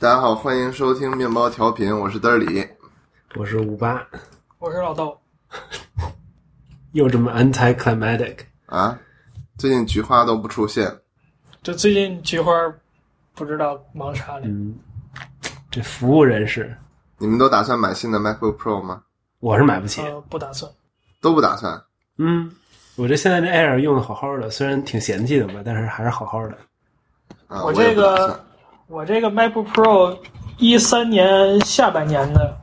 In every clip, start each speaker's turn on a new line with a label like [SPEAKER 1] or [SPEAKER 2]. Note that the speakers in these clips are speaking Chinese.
[SPEAKER 1] 大家好，欢迎收听面包调频，我是德里。
[SPEAKER 2] 我是五八，
[SPEAKER 3] 我是老豆，
[SPEAKER 2] 又这么 anticlimactic，
[SPEAKER 1] 啊，最近菊花都不出现，
[SPEAKER 3] 就最近菊花不知道忙啥呢，
[SPEAKER 2] 嗯，这服务人士
[SPEAKER 1] 你们都打算买新的 MacBook Pro 吗？
[SPEAKER 2] 我是买不起，
[SPEAKER 3] 呃，不打算。
[SPEAKER 1] 都不打算。
[SPEAKER 2] 嗯，我这现在这 Air 用的好好的，虽然挺嫌弃的吧，但是还是好好的。
[SPEAKER 1] 啊，
[SPEAKER 3] 我
[SPEAKER 1] 我
[SPEAKER 3] 这
[SPEAKER 1] 也不打
[SPEAKER 3] 个
[SPEAKER 1] 算。
[SPEAKER 3] 我这个 MacBook Pro 一三年下半年的，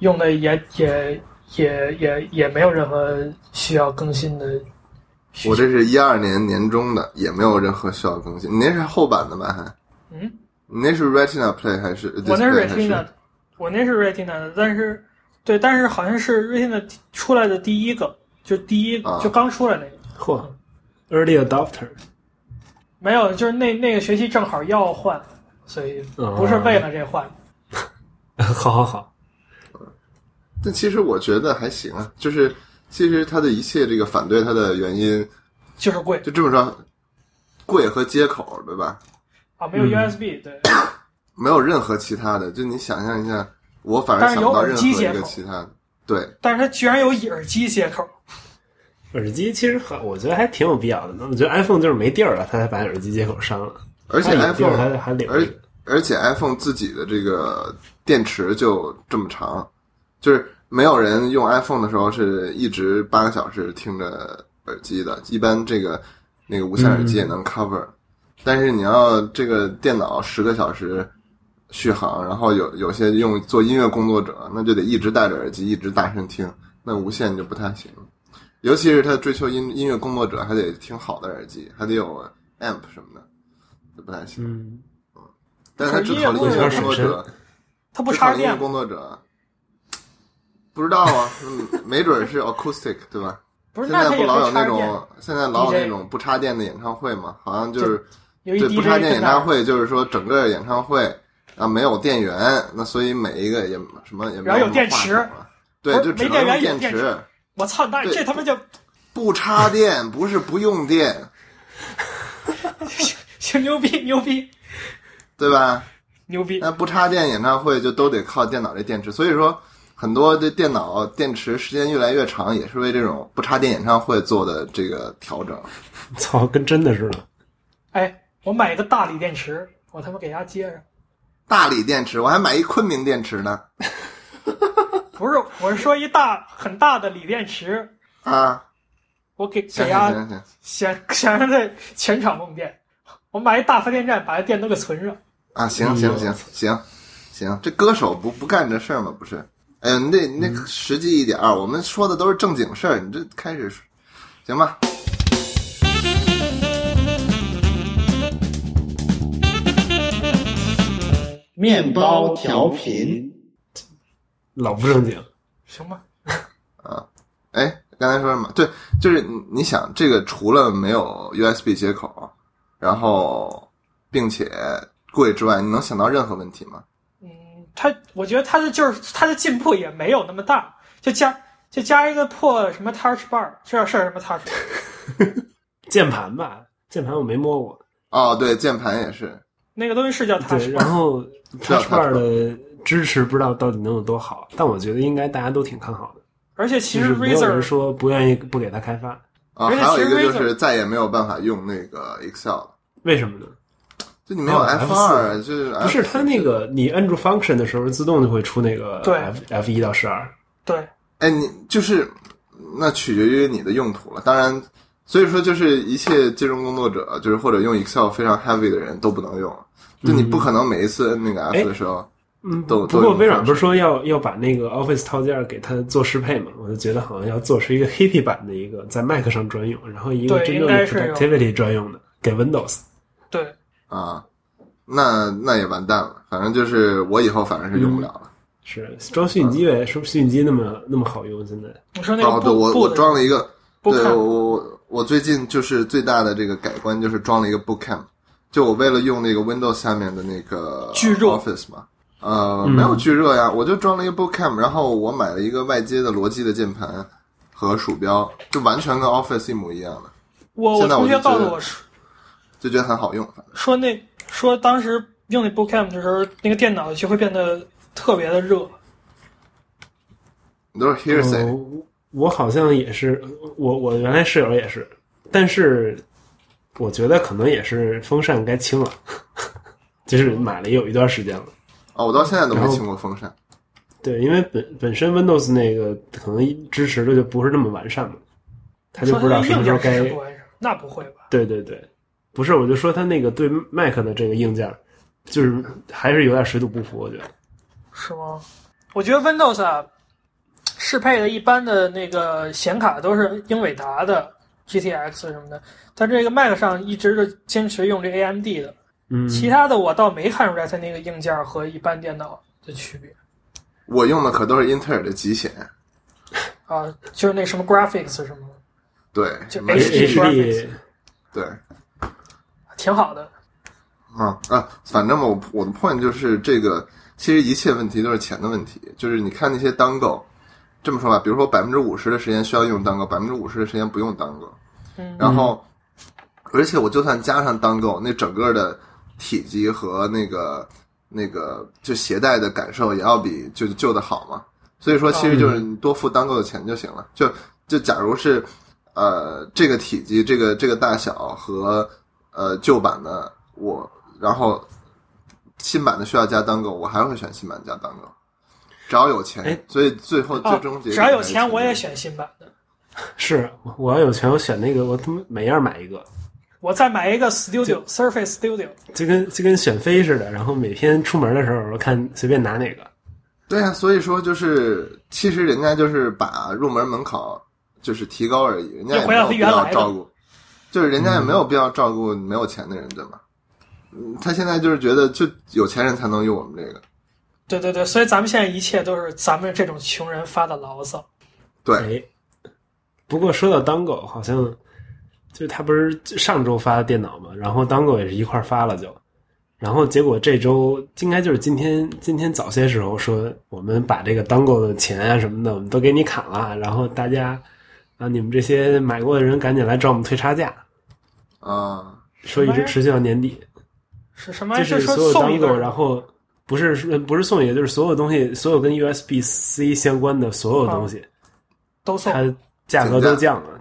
[SPEAKER 3] 用的也也也也也没有任何需要更新的需
[SPEAKER 1] 我
[SPEAKER 3] 求。
[SPEAKER 1] 这是一二年年中的，也没有任何需要更新。你那是后版的吧？还？
[SPEAKER 3] 嗯，
[SPEAKER 1] 你那是 Retina Play 还是？呃
[SPEAKER 3] 我那
[SPEAKER 1] Display
[SPEAKER 3] 是
[SPEAKER 1] 还
[SPEAKER 3] Retina，的我那是 Retina 的，但是对，但是好像是 Retina 出来的第一个，就第一、
[SPEAKER 1] 啊
[SPEAKER 3] 就刚出来那个，
[SPEAKER 2] 嚯，early
[SPEAKER 3] 嗯
[SPEAKER 2] adopter，
[SPEAKER 3] 没有，就是那那个学期正好要换，所以哦不
[SPEAKER 2] 啊
[SPEAKER 3] 是为了这换。
[SPEAKER 2] 好好好，
[SPEAKER 1] 但其实我觉得还行啊，就是其实它的一切这个反对它的原因，
[SPEAKER 3] 就是贵
[SPEAKER 1] 就这么说，贵和接口，对吧？
[SPEAKER 3] 啊，没有
[SPEAKER 2] 嗯
[SPEAKER 3] USB，、对，
[SPEAKER 1] 没有任何其他的。就你想象一下，我反而
[SPEAKER 3] 但是
[SPEAKER 1] 想
[SPEAKER 3] 有
[SPEAKER 1] 不到
[SPEAKER 3] 耳
[SPEAKER 1] 任何
[SPEAKER 3] 机接
[SPEAKER 1] 一个
[SPEAKER 3] 口
[SPEAKER 1] 其他的。对，
[SPEAKER 3] 但是它居然有耳机接口，
[SPEAKER 2] 耳机其实很，我觉得还挺有必要的呢。我觉得 iPhone 就是没地儿了，它才把耳机接口删了，
[SPEAKER 1] 而且
[SPEAKER 2] 它有地
[SPEAKER 1] iPhone
[SPEAKER 2] 儿还还领着
[SPEAKER 1] 而而且 iPhone 自己的这个电池就这么长，就是没有人用 iPhone 的时候是一直八个小时听着耳机的，一般这个那个无线耳机也能 cover，、但是你要这个电脑十个小时续航，然后有有些用做音乐工作者，那就得一直戴着耳机一直大声听，那无线就不太行。尤其是他追求音音乐工作者，还得听好的耳机，还得有 amp 什么的，就不太行。
[SPEAKER 2] 嗯，
[SPEAKER 1] 但是他只考虑音乐工作者，
[SPEAKER 3] 它不
[SPEAKER 1] 只考
[SPEAKER 3] 插
[SPEAKER 1] 虑音乐
[SPEAKER 3] 电。
[SPEAKER 1] 工作者，不知道啊， 嗯没准是 acoustic 对吧？
[SPEAKER 3] 不是，
[SPEAKER 1] 现
[SPEAKER 3] 那
[SPEAKER 1] 在
[SPEAKER 3] 它
[SPEAKER 1] 不
[SPEAKER 3] 也
[SPEAKER 1] 老有
[SPEAKER 3] 会
[SPEAKER 1] 那
[SPEAKER 3] 插电，
[SPEAKER 1] 种，现在老有那种不插电的演唱会嘛？好像就是
[SPEAKER 3] 有一
[SPEAKER 1] 对
[SPEAKER 3] DJ
[SPEAKER 1] 不插电
[SPEAKER 3] 在
[SPEAKER 1] 演
[SPEAKER 3] 那儿
[SPEAKER 1] 唱，会，就是说整个演唱会啊没有电源，那所以每一个也什么也没
[SPEAKER 3] 然后有
[SPEAKER 1] 有
[SPEAKER 3] 电池
[SPEAKER 1] 什么话筒啊，对，
[SPEAKER 3] 不是
[SPEAKER 1] 就只
[SPEAKER 3] 没
[SPEAKER 1] 能
[SPEAKER 3] 电源
[SPEAKER 1] 用
[SPEAKER 3] 有电
[SPEAKER 1] 池，
[SPEAKER 3] 我操，那
[SPEAKER 1] 对
[SPEAKER 3] 这他妈叫
[SPEAKER 1] 不插电不是不用电，
[SPEAKER 3] 就牛逼牛逼
[SPEAKER 1] 对吧？
[SPEAKER 3] 牛逼！
[SPEAKER 1] 那不插电演唱会就都得靠电脑这电池，所以说很多这电脑电池时间越来越长，也是为这种不插电演唱会做的这个调整。
[SPEAKER 2] 操，跟真的似的。
[SPEAKER 3] 哎，我买一个大锂电池，我他妈给它接上。
[SPEAKER 1] 大理电池，我还买一昆明电池呢，
[SPEAKER 3] 不是，我是说一大很大的锂电池，
[SPEAKER 1] 啊，
[SPEAKER 3] 我给给
[SPEAKER 1] 行
[SPEAKER 3] 它
[SPEAKER 1] 行行行，
[SPEAKER 3] 想想让它全场供电。我买一大发电站，把这电都给存上。
[SPEAKER 1] 啊，行行
[SPEAKER 2] 哎呦
[SPEAKER 1] 行行行，这歌手不不干这事儿吗？不是，哎呦，你得你
[SPEAKER 2] 嗯
[SPEAKER 1] 得实际一点儿，我们说的都是正经事儿，你这开始说，行吧？
[SPEAKER 4] 面包调频。
[SPEAKER 2] 老不正经，
[SPEAKER 3] 行吧，
[SPEAKER 1] 哎，刚才说什么？对，就是你你想，这个除了没有 USB 接口，然后并且贵之外，你能想到任何问题吗？
[SPEAKER 3] 嗯，它我觉得它的就是它的进步也没有那么大，就加就加一个破什么 Touch Bar，这叫事儿什么 Touch Bar。
[SPEAKER 2] 键盘吧，键盘我没摸过。
[SPEAKER 1] 哦，对，键盘也是，
[SPEAKER 3] 那个东西是叫 Touch
[SPEAKER 2] 对，
[SPEAKER 3] Bar，
[SPEAKER 2] 然后
[SPEAKER 1] 知道
[SPEAKER 2] Touch Bar 的支持不知道到底能有多好，但我觉得应该大家都挺看好的。
[SPEAKER 3] 而且其
[SPEAKER 2] 就
[SPEAKER 3] 实
[SPEAKER 2] 是没有人
[SPEAKER 3] Razer
[SPEAKER 2] 说不愿意不给他开发，
[SPEAKER 1] 啊、
[SPEAKER 3] 而且
[SPEAKER 1] 还有一个
[SPEAKER 3] 其实
[SPEAKER 1] 就
[SPEAKER 3] Razer-
[SPEAKER 1] 是再也没有办法用那个 Excel 了，
[SPEAKER 2] 为什么呢？
[SPEAKER 1] 就你没有
[SPEAKER 2] 哦
[SPEAKER 1] F 二，就是
[SPEAKER 3] 呃
[SPEAKER 1] 哎
[SPEAKER 2] 不是
[SPEAKER 1] F4
[SPEAKER 2] 它那个你摁住 function 的时候，自动就会出那个
[SPEAKER 3] 对
[SPEAKER 2] F F 一到十二。
[SPEAKER 3] 对
[SPEAKER 1] 哎，你就是那取决于你的用途了。当然，所以说就是一切金融工作者，就是或者用 Excel 非常 heavy 的人都不能用，就你不可能每一次摁那个 F 的时候。
[SPEAKER 2] 嗯，
[SPEAKER 1] 都
[SPEAKER 2] 不
[SPEAKER 1] 都有
[SPEAKER 2] 过微软
[SPEAKER 1] function
[SPEAKER 2] 不是说要要把那个 Office 套件给它做适配嘛？我就觉得好像要做出一个 Kitty 版的一个在 Mac 上专用，然后一个
[SPEAKER 3] 对
[SPEAKER 2] 真正
[SPEAKER 3] 应
[SPEAKER 2] 的
[SPEAKER 3] 该是有
[SPEAKER 2] Productivity 专用的给 Windows。
[SPEAKER 3] 对，
[SPEAKER 1] 啊，那那也完蛋了。反正就是我以后反正是用不了了。
[SPEAKER 2] 是装虚拟机
[SPEAKER 3] 嗯
[SPEAKER 2] 呗，说虚拟机那么那么好用，现在
[SPEAKER 3] 你嗯说那
[SPEAKER 1] 然后
[SPEAKER 3] 个
[SPEAKER 1] 哦对
[SPEAKER 3] 布
[SPEAKER 1] 我
[SPEAKER 3] 布
[SPEAKER 1] 我
[SPEAKER 3] 的
[SPEAKER 1] 装了一个，
[SPEAKER 3] 布
[SPEAKER 1] 对我
[SPEAKER 3] 看
[SPEAKER 1] 我我最近就是最大的这个改观就是装了一个 Bootcamp，就我为了用那个 Windows 下面的那个
[SPEAKER 3] 聚热
[SPEAKER 1] Office 嘛。呃，
[SPEAKER 2] 嗯
[SPEAKER 1] 没有聚热呀，我就装了一个 Bootcamp，然后我买了一个外接的罗技的键盘和鼠标，就完全跟 Office 一模一样的，
[SPEAKER 3] 我
[SPEAKER 1] 现
[SPEAKER 3] 我
[SPEAKER 1] 在我
[SPEAKER 3] 同
[SPEAKER 1] 就
[SPEAKER 3] 学告
[SPEAKER 1] 觉
[SPEAKER 3] 诉
[SPEAKER 1] 得
[SPEAKER 3] 我说
[SPEAKER 1] 就觉得很好用。反正
[SPEAKER 3] 说那说当时用那 Bootcamp 的时候，那个电脑就会变得特别的热。
[SPEAKER 1] 都是 hearsay，、
[SPEAKER 2] 我呃我好像也是，我我原来室友也是，但是我觉得可能也是风扇该清了， 就是买了有一段时间了。
[SPEAKER 1] 哦，我到现在都没
[SPEAKER 2] 然后
[SPEAKER 1] 清过风扇。
[SPEAKER 2] 对，因为本本身 Windows 那个可能支持的就不是那么完善嘛，他就不知道什么时候该
[SPEAKER 3] 硬件是不完善那不会吧？
[SPEAKER 2] 对对对，不是，我就说他那个对 Mac 的这个硬件，就是还是有点水土不服，我觉得。
[SPEAKER 3] 是吗？我觉得 Windows 啊，适配的一般的那个显卡都是英伟达的 GTX 什么的，但这个 Mac 上一直就坚持用这 AMD 的。
[SPEAKER 2] 嗯，
[SPEAKER 3] 其他的我倒没看出来它那个硬件和一般电脑的区别
[SPEAKER 1] 我用的可都是英特尔的极显，
[SPEAKER 3] 啊，就是那什么 graphics 什么的，
[SPEAKER 1] 对，
[SPEAKER 3] 就
[SPEAKER 2] 哎
[SPEAKER 1] 没
[SPEAKER 3] HD
[SPEAKER 2] H D
[SPEAKER 1] 对，
[SPEAKER 3] 挺好的。
[SPEAKER 1] 嗯啊，反正我我的 point 就是这个，其实一切问题都是钱的问题。就是你看那些 Dango，这么说吧，比如说百分之五十的时间需要用 Dango，百分之五十的时间不用 Dango，
[SPEAKER 3] 嗯
[SPEAKER 1] 然后而且我就算加上 Dango，那整个的体积和那个那个就携带的感受也要比就旧的好嘛。所以说，其实就是
[SPEAKER 3] 嗯
[SPEAKER 1] 你多付 Dango 的钱就行了。就就假如是呃这个体积、这个这个大小和呃旧版的我，然后新版的需要加 Dango，我还会选新版加 Dango。只要有
[SPEAKER 2] 哎
[SPEAKER 1] 钱，所以最后最
[SPEAKER 3] 啊
[SPEAKER 1] 终结、
[SPEAKER 3] 只要有钱，我也。选新版的。
[SPEAKER 2] 是，我我要有钱，我选那个，我他妈每样买一个，
[SPEAKER 3] 我再买一个 Studio Surface Studio，
[SPEAKER 2] 就跟就跟选妃似的。然后每天出门的时候，我看随便拿哪个。
[SPEAKER 1] 对呀、所以说就是，其实人家就是把入门门槛就是提高而已，人家也
[SPEAKER 3] 就
[SPEAKER 1] 没
[SPEAKER 3] 回
[SPEAKER 1] 有
[SPEAKER 3] 到
[SPEAKER 1] 必
[SPEAKER 3] 原来
[SPEAKER 1] 要
[SPEAKER 3] 的
[SPEAKER 1] 照顾，就是人
[SPEAKER 2] 嗯
[SPEAKER 1] 家也没有必要照顾没有钱的人，对吗？嗯，他现在就是觉得就有钱人才能用我们这个，
[SPEAKER 3] 对对对，所以咱们现在一切都是咱们这种穷人发的牢骚。
[SPEAKER 1] 对，
[SPEAKER 2] 哎，不过说到 Dango，好像就是他不是上周发的电脑嘛，然后 Dango 也是一块儿发了就，然后结果这周应该就是今天今天早些时候说我们把这个 Dango 的钱啊什么的我们都给你砍了，然后大家啊你们这些买过的人赶紧来找我们退差价，
[SPEAKER 1] 啊、
[SPEAKER 2] 说一直持续到年底，
[SPEAKER 3] 是什么？
[SPEAKER 2] 就是
[SPEAKER 3] 说
[SPEAKER 2] 所有
[SPEAKER 3] 送一个
[SPEAKER 2] Dango，
[SPEAKER 3] 人，
[SPEAKER 2] 然后。不是呃不是送也就是所有东西，所有跟 USB C 相关的所有东西，
[SPEAKER 3] 都哦送。
[SPEAKER 2] 它价格都降了，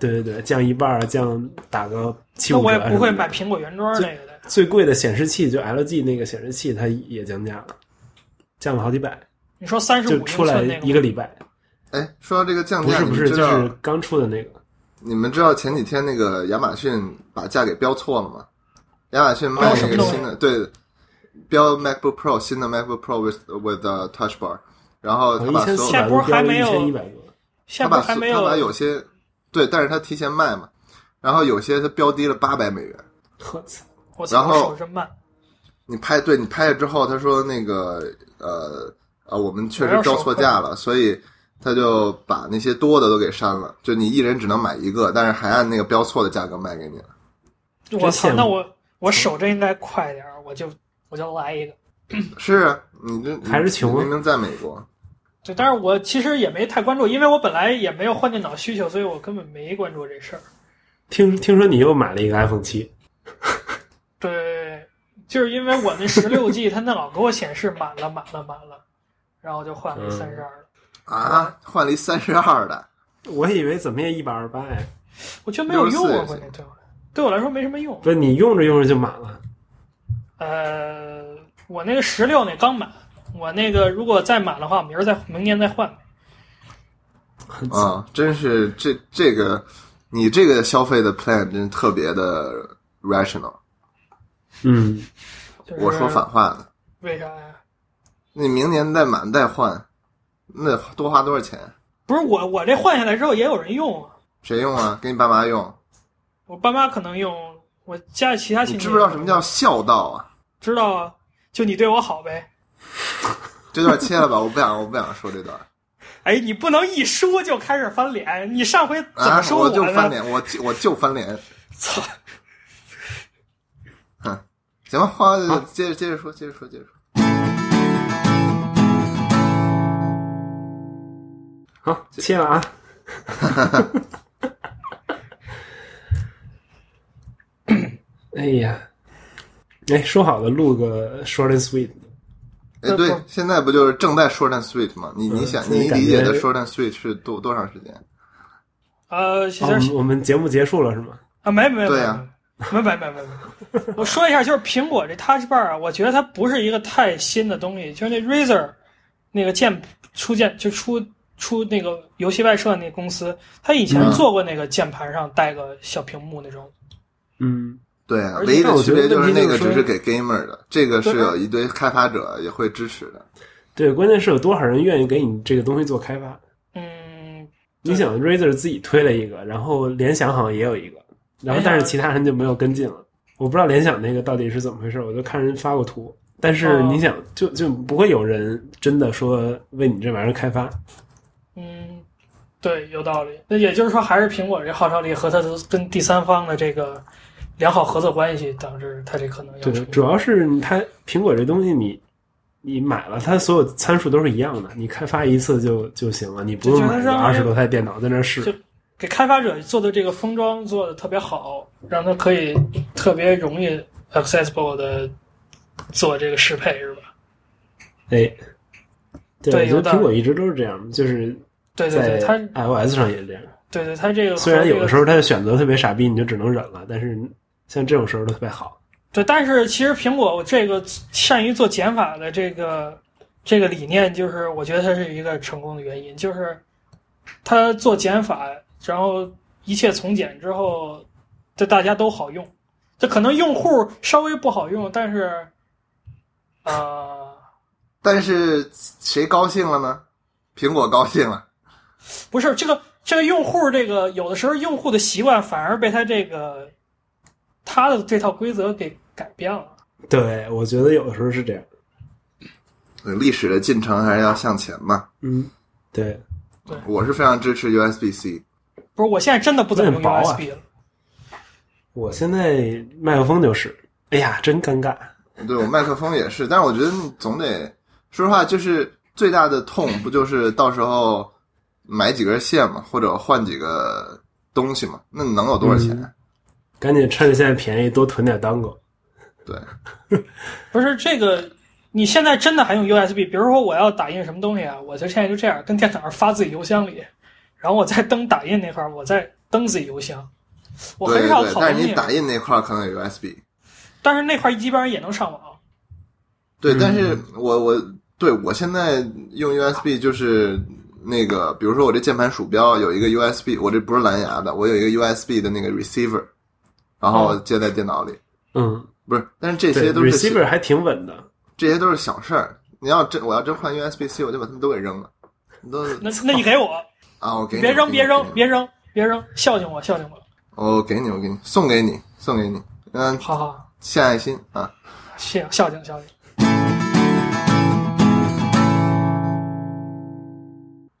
[SPEAKER 2] 对对对，降一半儿，降打个七
[SPEAKER 3] 那
[SPEAKER 2] 五折。啊
[SPEAKER 3] 我也不会买。苹果原装那个的。
[SPEAKER 2] 最贵的显示器就 LG 那个显示器，它也降价了，降了好几百，
[SPEAKER 3] 你说三十
[SPEAKER 2] 就
[SPEAKER 3] 五英
[SPEAKER 2] 出
[SPEAKER 3] 寸
[SPEAKER 2] 来
[SPEAKER 3] 那
[SPEAKER 2] 一个
[SPEAKER 3] 吗
[SPEAKER 2] 礼拜。
[SPEAKER 1] 哎，说到这个降
[SPEAKER 2] 不
[SPEAKER 1] 价，
[SPEAKER 2] 是不是，
[SPEAKER 1] 你们知
[SPEAKER 2] 就
[SPEAKER 1] 道、
[SPEAKER 2] 是刚出的那个。
[SPEAKER 1] 你们知道前几天那个亚马逊把价给标错了吗？亚马逊卖
[SPEAKER 3] 哦
[SPEAKER 1] 那
[SPEAKER 3] 什么
[SPEAKER 1] 个
[SPEAKER 3] 东西
[SPEAKER 1] 新的，对，标 MacBook Pro 新的 MacBook Pro with with、uh, Touch Bar，然后他
[SPEAKER 2] 一
[SPEAKER 1] 把
[SPEAKER 2] 千
[SPEAKER 1] 所有
[SPEAKER 2] 四
[SPEAKER 1] 的
[SPEAKER 2] 百
[SPEAKER 3] 现在不
[SPEAKER 2] 多
[SPEAKER 3] 是
[SPEAKER 2] 标
[SPEAKER 3] 还没
[SPEAKER 2] 一
[SPEAKER 3] 有
[SPEAKER 2] 千一百多，
[SPEAKER 3] 现在
[SPEAKER 1] 他
[SPEAKER 3] 不
[SPEAKER 1] 把
[SPEAKER 3] 是还没
[SPEAKER 1] 他把
[SPEAKER 3] 有
[SPEAKER 1] 有些对，但是他提前卖嘛，然后有些他标低了八百美元，
[SPEAKER 2] 我操！
[SPEAKER 3] 我
[SPEAKER 1] 然
[SPEAKER 3] 操，
[SPEAKER 1] 后
[SPEAKER 3] 我手真慢。
[SPEAKER 1] 你拍对你拍了之后，他说那个呃呃，我们确实
[SPEAKER 3] 我要
[SPEAKER 1] 标
[SPEAKER 3] 手
[SPEAKER 1] 错
[SPEAKER 3] 快
[SPEAKER 1] 价了，所以他就把那些多的都给删了，就你一人只能买一个，但是还按那个标错的价格卖给你了。
[SPEAKER 3] 我
[SPEAKER 2] 羡慕嗯
[SPEAKER 3] 操，那我我手真应该快点儿，我就我就来一个。
[SPEAKER 1] 是啊你这
[SPEAKER 2] 还是穷啊
[SPEAKER 1] 你明明在美国，
[SPEAKER 3] 对，但是我其实也没太关注，因为我本来也没有换电脑需求，所以我根本没关注这事儿。
[SPEAKER 2] 听听说你又买了一个 iPhone 七，
[SPEAKER 3] 对，就是因为我那十六 G，它那老给我显示满了满了满了，然后我就换了
[SPEAKER 2] 嗯
[SPEAKER 3] 三十二了。
[SPEAKER 1] 啊，换了一三十二 的，
[SPEAKER 2] 我以为怎么也一百二十八呀，
[SPEAKER 3] 我觉得没有用
[SPEAKER 1] 64
[SPEAKER 3] 啊
[SPEAKER 1] 也，
[SPEAKER 3] 关
[SPEAKER 1] 行
[SPEAKER 3] 键对我来对我来说没什么用。
[SPEAKER 2] 不是你用着用着就满了。
[SPEAKER 3] 呃，我那个十六那刚满，我那个如果再满的话，明儿再明年再换。
[SPEAKER 1] 啊，真是这这个你这个消费的 plan 真是特别的 rational。
[SPEAKER 2] 嗯，
[SPEAKER 3] 就是、
[SPEAKER 1] 我说反话呢。
[SPEAKER 3] 为啥呀？
[SPEAKER 1] 你明年再满再换，那多花多少钱？
[SPEAKER 3] 不是我，我这换下来之后也有人用啊，
[SPEAKER 1] 谁用 啊？给你爸妈用？
[SPEAKER 3] 我爸妈可能用，我家里其他亲
[SPEAKER 1] 你
[SPEAKER 3] 戚
[SPEAKER 1] 知不知道什么叫孝道啊？
[SPEAKER 3] 知道啊？就你对我好呗。
[SPEAKER 1] 这段切了 吧，我不想，我不想说这段。
[SPEAKER 3] 哎，你不能一说就开始翻脸，你上回怎
[SPEAKER 1] 啊
[SPEAKER 3] 么，说
[SPEAKER 1] 我
[SPEAKER 3] 呢？
[SPEAKER 1] 就翻脸，我就我就翻脸。
[SPEAKER 3] 操！
[SPEAKER 1] 行吧，话接着接着说，接着说，接着说。
[SPEAKER 2] 好，切了啊。 哎呀，哎，说好的录个 short and sweet，
[SPEAKER 1] 哎，对
[SPEAKER 3] 那不，
[SPEAKER 1] 现在不就是正在 short and sweet 吗？你你
[SPEAKER 2] 嗯
[SPEAKER 1] 想，
[SPEAKER 2] 所以
[SPEAKER 1] 你
[SPEAKER 2] 感
[SPEAKER 1] 理解的
[SPEAKER 2] 觉
[SPEAKER 1] short and sweet 是多多长时间？
[SPEAKER 3] 呃，其
[SPEAKER 2] 哦
[SPEAKER 3] 实
[SPEAKER 2] 我
[SPEAKER 3] 是、
[SPEAKER 2] 们我们节目结束了是吗？
[SPEAKER 3] 啊，没没没，
[SPEAKER 1] 对呀
[SPEAKER 3] 没没没没没。 我说一下，就是苹果这 Touch Bar 啊，我觉得它不是一个太新的东西，就是那 Razer 那个键出键就出出那个游戏外设那公司，他以前
[SPEAKER 1] 嗯
[SPEAKER 3] 做过那个键盘上带个小屏幕那种。
[SPEAKER 2] 嗯，
[SPEAKER 1] 对啊，
[SPEAKER 3] 而且
[SPEAKER 1] 唯一的
[SPEAKER 2] 我
[SPEAKER 1] 区
[SPEAKER 2] 觉得
[SPEAKER 1] 别就
[SPEAKER 2] 问
[SPEAKER 1] 是
[SPEAKER 2] 题
[SPEAKER 1] 那
[SPEAKER 2] 就
[SPEAKER 1] 个
[SPEAKER 2] 是
[SPEAKER 1] 只是
[SPEAKER 2] 说
[SPEAKER 1] 给 gamer 的，这个是
[SPEAKER 3] 对啊
[SPEAKER 1] 有一堆开发者也会支持的。
[SPEAKER 2] 对，关键是有多少人愿意给你这个东西做开发？
[SPEAKER 3] 嗯，对
[SPEAKER 2] 你想，Razer 自己推了一个，然后联想好像也有一个，然
[SPEAKER 3] 哎
[SPEAKER 2] 后但是其他人就没有跟进了。我不知道联想那个到底是怎么回事，我就看人发过图，但是
[SPEAKER 3] 哦
[SPEAKER 2] 你想，就就不会有人真的说为你这玩意儿开发。
[SPEAKER 3] 嗯，对，有道理。那也就是说，还是苹果这号召力和它的跟第三方的这个良好合作关系导致它这可能要
[SPEAKER 2] 对
[SPEAKER 3] 出，
[SPEAKER 2] 主要是它苹果这东西你，你买了，它所有参数都是一样的，你开发一次就就行了，你不用
[SPEAKER 3] 就觉得
[SPEAKER 2] 买个
[SPEAKER 3] 让人
[SPEAKER 2] 二十多台电脑在那儿试
[SPEAKER 3] 就。给开发者做的这个封装做的特别好，让它可以特别容易 accessible 的做这个适配，是吧？
[SPEAKER 2] 哎，对，
[SPEAKER 3] 对
[SPEAKER 2] 我觉
[SPEAKER 3] 有
[SPEAKER 2] 得
[SPEAKER 3] 道理
[SPEAKER 2] 苹果一直都是这样，就是
[SPEAKER 3] 对对
[SPEAKER 2] 在
[SPEAKER 3] 对，它
[SPEAKER 2] iOS 上也是这样。
[SPEAKER 3] 对对它这个和
[SPEAKER 2] 虽然有
[SPEAKER 3] 这个
[SPEAKER 2] 的时候它的选择特别傻逼，你就只能忍了，但是像这种时候都特别好。
[SPEAKER 3] 对，但是其实苹果这个善于做减法的这个这个理念，就是我觉得它是一个成功的原因，就是它做减法，然后一切从简之后，这大家都好用。这可能用户稍微不好用，但是，呃，
[SPEAKER 1] 但是谁高兴了呢？苹果高兴了，
[SPEAKER 3] 不是这个这个用户这个有的时候用户的习惯反而被他这个他的这套规则给改变了。
[SPEAKER 2] 对，我觉得有的时候是这样。
[SPEAKER 1] 呃历史的进程还是要向前嘛。
[SPEAKER 2] 嗯，对，
[SPEAKER 1] 我是非常支持 USB-C，
[SPEAKER 3] 不是，我现在真的不怎么用
[SPEAKER 2] 那很薄啊
[SPEAKER 3] USB 了。
[SPEAKER 2] 我现在麦克风就是，哎呀，真尴尬。
[SPEAKER 1] 对我麦克风也是，但是我觉得你总得说实话，就是最大的痛不就是到时候买几根线嘛，或者换几个东西嘛？那你能有多少钱？
[SPEAKER 2] 赶紧趁着现在便宜多囤点当狗。
[SPEAKER 1] 对，
[SPEAKER 3] 不是这个，你现在真的还用 USB？比如说我要打印什么东西啊，我就现在就这样，跟电脑上发自己邮箱里，然后我再登打印那块儿，我再登自己邮箱。我
[SPEAKER 1] 对
[SPEAKER 3] 很少
[SPEAKER 1] 对，
[SPEAKER 3] 考
[SPEAKER 1] 但
[SPEAKER 3] 虑
[SPEAKER 1] 是你
[SPEAKER 3] 那个
[SPEAKER 1] 打印那块儿可能有 USB。
[SPEAKER 3] 但是那块儿基本上也能上网。
[SPEAKER 1] 对，
[SPEAKER 2] 嗯
[SPEAKER 1] 但是我我对我现在用 USB 就是那个，比如说我这键盘鼠标有一个 USB，我这不是蓝牙的，我有一个 USB 的那个 receiver，然后接在电脑里。
[SPEAKER 2] 嗯，
[SPEAKER 1] 不是，但是这些
[SPEAKER 2] 对
[SPEAKER 1] 都是小
[SPEAKER 2] ，receiver 还挺稳的。
[SPEAKER 1] 这些都是小事儿。你要真我要真换 USB C，我就把它们都给扔了。你都
[SPEAKER 3] 那 那你给我，
[SPEAKER 1] 啊，我给你，
[SPEAKER 3] 别扔，别扔，别
[SPEAKER 1] 扔，
[SPEAKER 3] 扔，别扔，孝敬我，孝敬我。
[SPEAKER 1] 我给你，我给你，送给你，送给你。嗯，
[SPEAKER 3] 好好，
[SPEAKER 1] 献爱心啊。
[SPEAKER 3] 谢孝敬孝敬。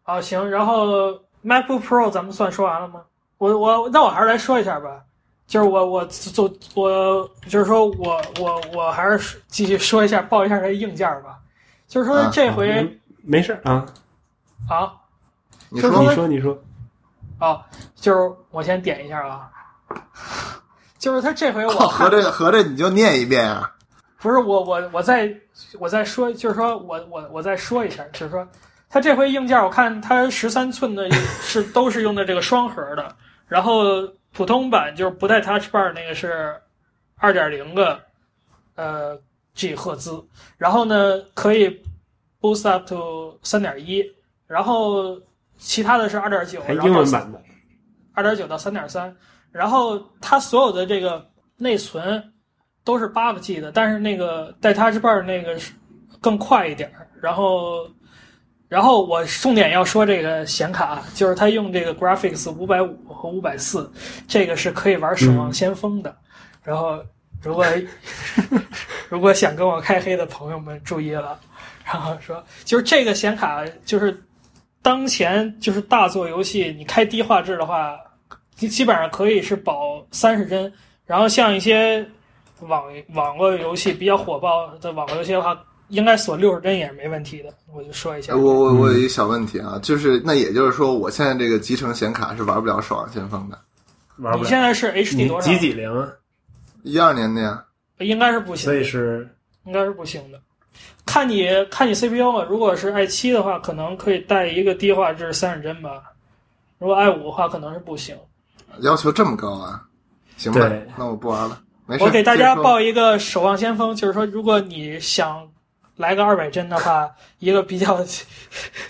[SPEAKER 3] 好，行，然后 MacBook Pro 咱们算说完了吗？我我那我还是来说一下吧，就是我我就我就是说我我我还是继续说一下报一下这硬件吧，就是说
[SPEAKER 1] 啊
[SPEAKER 3] 这回
[SPEAKER 2] 嗯没事儿啊，
[SPEAKER 3] 啊
[SPEAKER 1] 你
[SPEAKER 3] 就
[SPEAKER 1] 说
[SPEAKER 3] 是
[SPEAKER 2] 你
[SPEAKER 1] 吧，
[SPEAKER 2] 说你说，
[SPEAKER 3] 啊，就是我先点一下啊，就是他这回我
[SPEAKER 1] 靠合
[SPEAKER 3] 看
[SPEAKER 1] 着合着你就念一遍啊。
[SPEAKER 3] 不是我我我再我再说，就是说我我我再说一下，就是说它这回硬件我看它十三寸的是都是用的这个双核的，然后普通版就是不带 Touch Bar 那个是二点零个呃 G 赫兹，然后呢可以 boost up to 三点一，然后其他的是二点九，
[SPEAKER 2] 还哎英文版的。
[SPEAKER 3] 二点九到三点三，然后它所有的这个内存都是八个 G 的，但是那个带 Touch Bar 那个是更快一点儿。然后，然后我重点要说这个显卡，啊就是它用这个 Graphics 五百五和五百四，这个是可以玩《守望先锋》的。然后，如果 如果想跟我开黑的朋友们注意了，然后说就是这个显卡就是当前就是大作游戏，你开低画质的话，基基本上可以是保三十帧。然后像一些网网络游戏比较火爆的网络游戏的话，应该锁六十帧也是没问题的。我就说一下
[SPEAKER 2] 呃
[SPEAKER 1] 哎，我我我有
[SPEAKER 2] 嗯
[SPEAKER 1] 一小问题啊，就是那也就是说，我现在这个集成显卡是玩不了《啊守望先锋》的，
[SPEAKER 2] 玩不
[SPEAKER 3] 你
[SPEAKER 2] 了。
[SPEAKER 3] 现在是
[SPEAKER 2] 你
[SPEAKER 3] HD 多少
[SPEAKER 2] 几几零啊？
[SPEAKER 1] 一二年的呀。
[SPEAKER 3] 应该是不行
[SPEAKER 2] 所，以是
[SPEAKER 3] 应该是不行的。看你看你 CPU 了，如果是 i 七的话，可能可以带一个低画质三十帧吧；如果 i 五的话，可能是不行。
[SPEAKER 1] 要求这么高啊？行吧
[SPEAKER 2] 对，
[SPEAKER 1] 那我不玩了，没事。
[SPEAKER 3] 我给大家
[SPEAKER 1] 接着说
[SPEAKER 3] 报一个守望先锋，就是说，如果你想来个二百帧的话，一个比较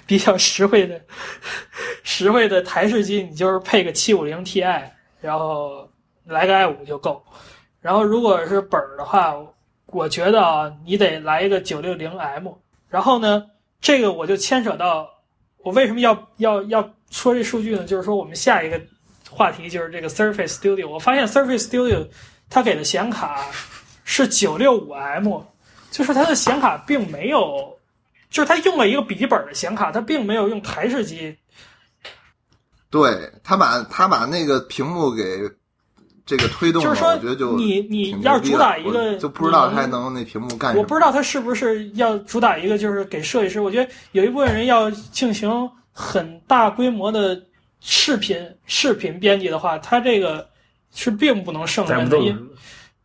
[SPEAKER 3] 比较实惠的实惠的台式机，你就是配个七五零 Ti，然后来个 i 五就够。然后如果是本儿的话，我觉得啊，你得来一个九六零 M。然后呢，这个我就牵扯到我为什么要要要说这数据呢？就是说我们下一个话题就是这个 Surface Studio。我发现 Surface Studio 它给的显卡是九六五 M，就是它的显卡并没有，就是它用了一个笔记本的显卡，它并没有用台式机。
[SPEAKER 1] 对他把他把那个屏幕给这个推动了，
[SPEAKER 3] 就是说
[SPEAKER 1] 我觉得就
[SPEAKER 3] 你
[SPEAKER 1] 挺
[SPEAKER 3] 你
[SPEAKER 1] 牛
[SPEAKER 3] 要是
[SPEAKER 1] 逼
[SPEAKER 3] 主
[SPEAKER 1] 的
[SPEAKER 3] 打一
[SPEAKER 1] 我
[SPEAKER 3] 个，
[SPEAKER 1] 就不知道
[SPEAKER 3] 你
[SPEAKER 1] 他还能那屏幕干什么。
[SPEAKER 3] 我不知道他是不是要主打一个，就是给设计师。我觉得有一部分人要进行很大规模的视频视频编辑的话，他这个是并不能胜
[SPEAKER 2] 载
[SPEAKER 3] 任
[SPEAKER 2] 不
[SPEAKER 3] 的。
[SPEAKER 2] 动
[SPEAKER 3] 因
[SPEAKER 2] 了。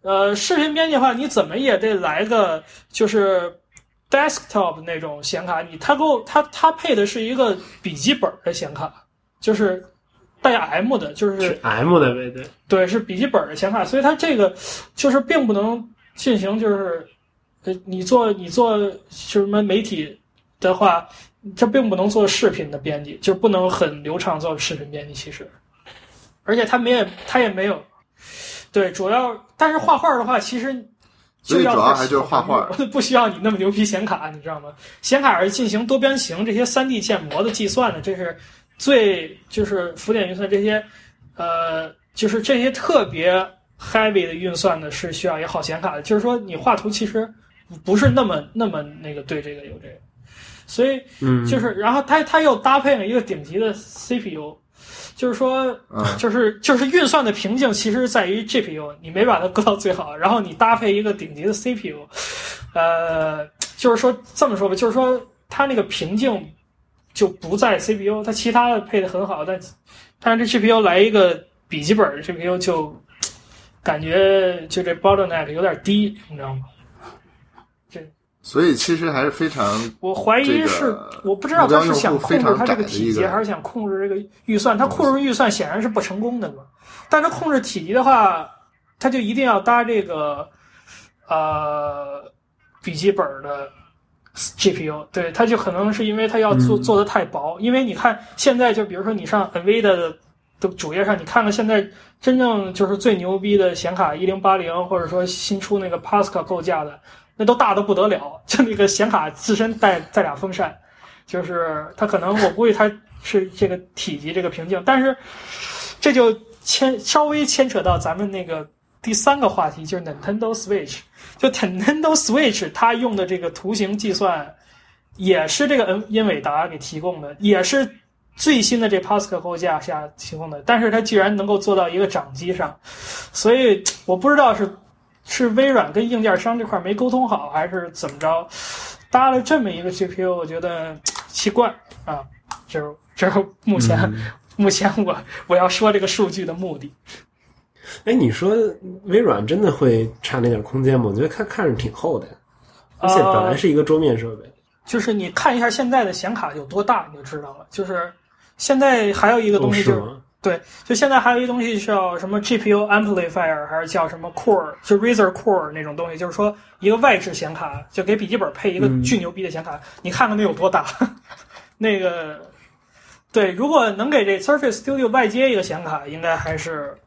[SPEAKER 3] 呃，视频编辑的话，你怎么也得来个就是 desktop 那种显卡。你他给我他他配的是一个笔记本的显卡，就是带 M 的，就是
[SPEAKER 2] 是 M 的呗，对，
[SPEAKER 3] 对，是笔记本的显卡，所以它这个就是并不能进行就是，呃，你做你做什么媒体的话，它并不能做视频的编辑，就不能很流畅做视频编辑。其实，而且它没也它也没有，对，主要但是画画的话，其实
[SPEAKER 1] 所
[SPEAKER 3] 就
[SPEAKER 1] 以
[SPEAKER 3] 要
[SPEAKER 1] 主要
[SPEAKER 3] 它
[SPEAKER 1] 还就是画画
[SPEAKER 3] 小屏 幕，不需要你那么牛逼显卡，你知道吗？显卡是进行多边形这些三 D 建模的计算的，这是最就是浮点运算这些，呃，就是这些特别 heavy 的运算呢，是需要一个好显卡的。就是说，你画图其实不是那么那么那个对这个有这个，所以
[SPEAKER 2] 嗯，
[SPEAKER 3] 就是，然后它它又搭配了一个顶级的 CPU，就是说，
[SPEAKER 1] 嗯，
[SPEAKER 3] 就是就是运算的瓶颈其实在于 GPU，你没把它搁到最好，然后你搭配一个顶级的 CPU，呃，就是说这么说吧，就是说它那个瓶颈就不在 CPU，它其他的配的很好，但但是这 GPU 来一个笔记本 GPU 就感觉就这 bottleneck 有点低，你知道吗？
[SPEAKER 1] 所以其实还是非常
[SPEAKER 3] 我怀
[SPEAKER 1] 这
[SPEAKER 3] 疑
[SPEAKER 1] 个
[SPEAKER 3] 是，我不知道他是想控制它这体
[SPEAKER 1] 目标用户非常窄的一
[SPEAKER 3] 积，
[SPEAKER 1] 个
[SPEAKER 3] 还是想控制这个预算。他控制预算显然是不成功的嘛。但他控制体积的话，他就一定要搭这个呃笔记本的 GPU。对，他就可能是因为他要做
[SPEAKER 2] 嗯
[SPEAKER 3] 做的太薄，因为你看现在就比如说你上 NVIDIA 的的主页上，你看看现在真正就是最牛逼的显卡一零八零，或者说新出那个 Pascal 构架的，那都大的不得了，就那个显卡自身带带俩风扇，就是它可能我估计它是这个体积这个瓶颈，但是这就牵稍微牵扯到咱们那个第三个话题，就是 Nintendo Switch，就 Nintendo Switch 它用的这个图形计算也是这个恩英伟达给提供的，也是最新的这 Pascal 构架下提供的，但是它居然能够做到一个掌机上，所以我不知道是是微软跟硬件商这块没沟通好，还是怎么着，搭了这么一个 GPU，我觉得奇怪啊，这是这是目前、
[SPEAKER 2] 嗯
[SPEAKER 3] 目前我我要说这个数据的目的。
[SPEAKER 2] 哎，你说微软真的会差那点空间吗？我觉得看看着挺厚的，
[SPEAKER 3] 啊
[SPEAKER 2] 而且本来是一个桌面设备，
[SPEAKER 3] 呃就是你看一下现在的显卡有多大，你就知道了。就是现在还有一个
[SPEAKER 2] 哦
[SPEAKER 3] 东西
[SPEAKER 2] 是
[SPEAKER 3] 就是，
[SPEAKER 2] 吗？
[SPEAKER 3] 对，就现在还有一个东西叫什么 GPU amplifier，还是叫什么 Core，就 Razer Core 那种东西，就是说一个外置显卡，就给笔记本配一个
[SPEAKER 2] 嗯
[SPEAKER 3] 巨牛逼的显卡，你看看那有多大。 那个，对，如果能给这 Surface Studio 外接一个显卡，应该还是，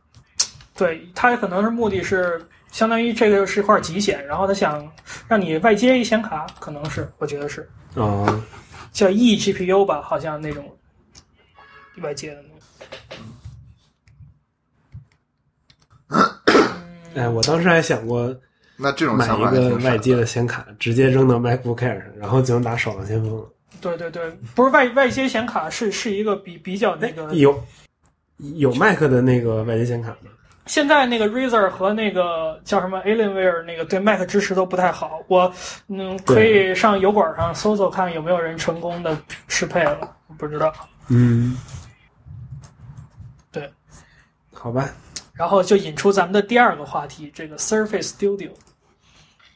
[SPEAKER 3] 对，它可能是目的是相当于这个是一块极限，然后他想让你外接一显卡，可能是，我觉得是。
[SPEAKER 2] 哦，
[SPEAKER 3] 叫 E GPU 吧，好像那种外接的那种。
[SPEAKER 2] 哎，我当时还想过
[SPEAKER 1] 那这种
[SPEAKER 2] 买
[SPEAKER 1] 想
[SPEAKER 2] 一
[SPEAKER 1] 法还
[SPEAKER 2] 个
[SPEAKER 1] 挺
[SPEAKER 2] 外
[SPEAKER 1] 傻
[SPEAKER 2] 接的显卡，直接扔到 MacBook Air 上，然后就能打《守望先锋》了。
[SPEAKER 3] 对对对，不是外外接显卡是是一个比比较那个，
[SPEAKER 2] 哎有有 Mac 的那个外接显卡吗？
[SPEAKER 3] 现在那个 Razer 和那个叫什么 Alienware 那个对 Mac 支持都不太好。我嗯，
[SPEAKER 2] 对
[SPEAKER 3] 可以上油管上搜搜看有没有人成功的适配了，不知道。
[SPEAKER 2] 嗯，
[SPEAKER 3] 对，
[SPEAKER 2] 好吧，
[SPEAKER 3] 然后就引出咱们的第二个话题，这个 Surface Studio。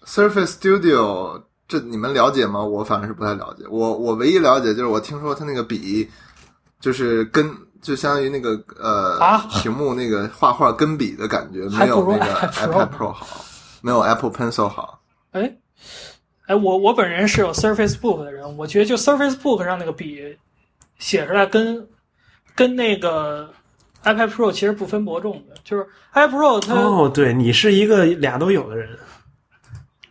[SPEAKER 1] Surface Studio 这你们了解吗？我反正是不太了解。我我唯一了解就是我听说它那个笔，就是跟就相当于那个呃、
[SPEAKER 3] 啊
[SPEAKER 1] 屏幕那个画画跟笔的感觉，
[SPEAKER 3] 还
[SPEAKER 1] 没
[SPEAKER 3] 不如
[SPEAKER 1] 有那个
[SPEAKER 3] iPad
[SPEAKER 1] iPad
[SPEAKER 3] Pro
[SPEAKER 1] Pro 好，没有 Apple Pencil 好。
[SPEAKER 3] 哎，哎，我我本人是有 Surface Book 的人，我觉得就 Surface Book 上那个笔写出来跟跟那个 iPad Pro 其实不分伯仲的，就是 iPad Pro 它、
[SPEAKER 2] 哦，对你是一个俩都有的人，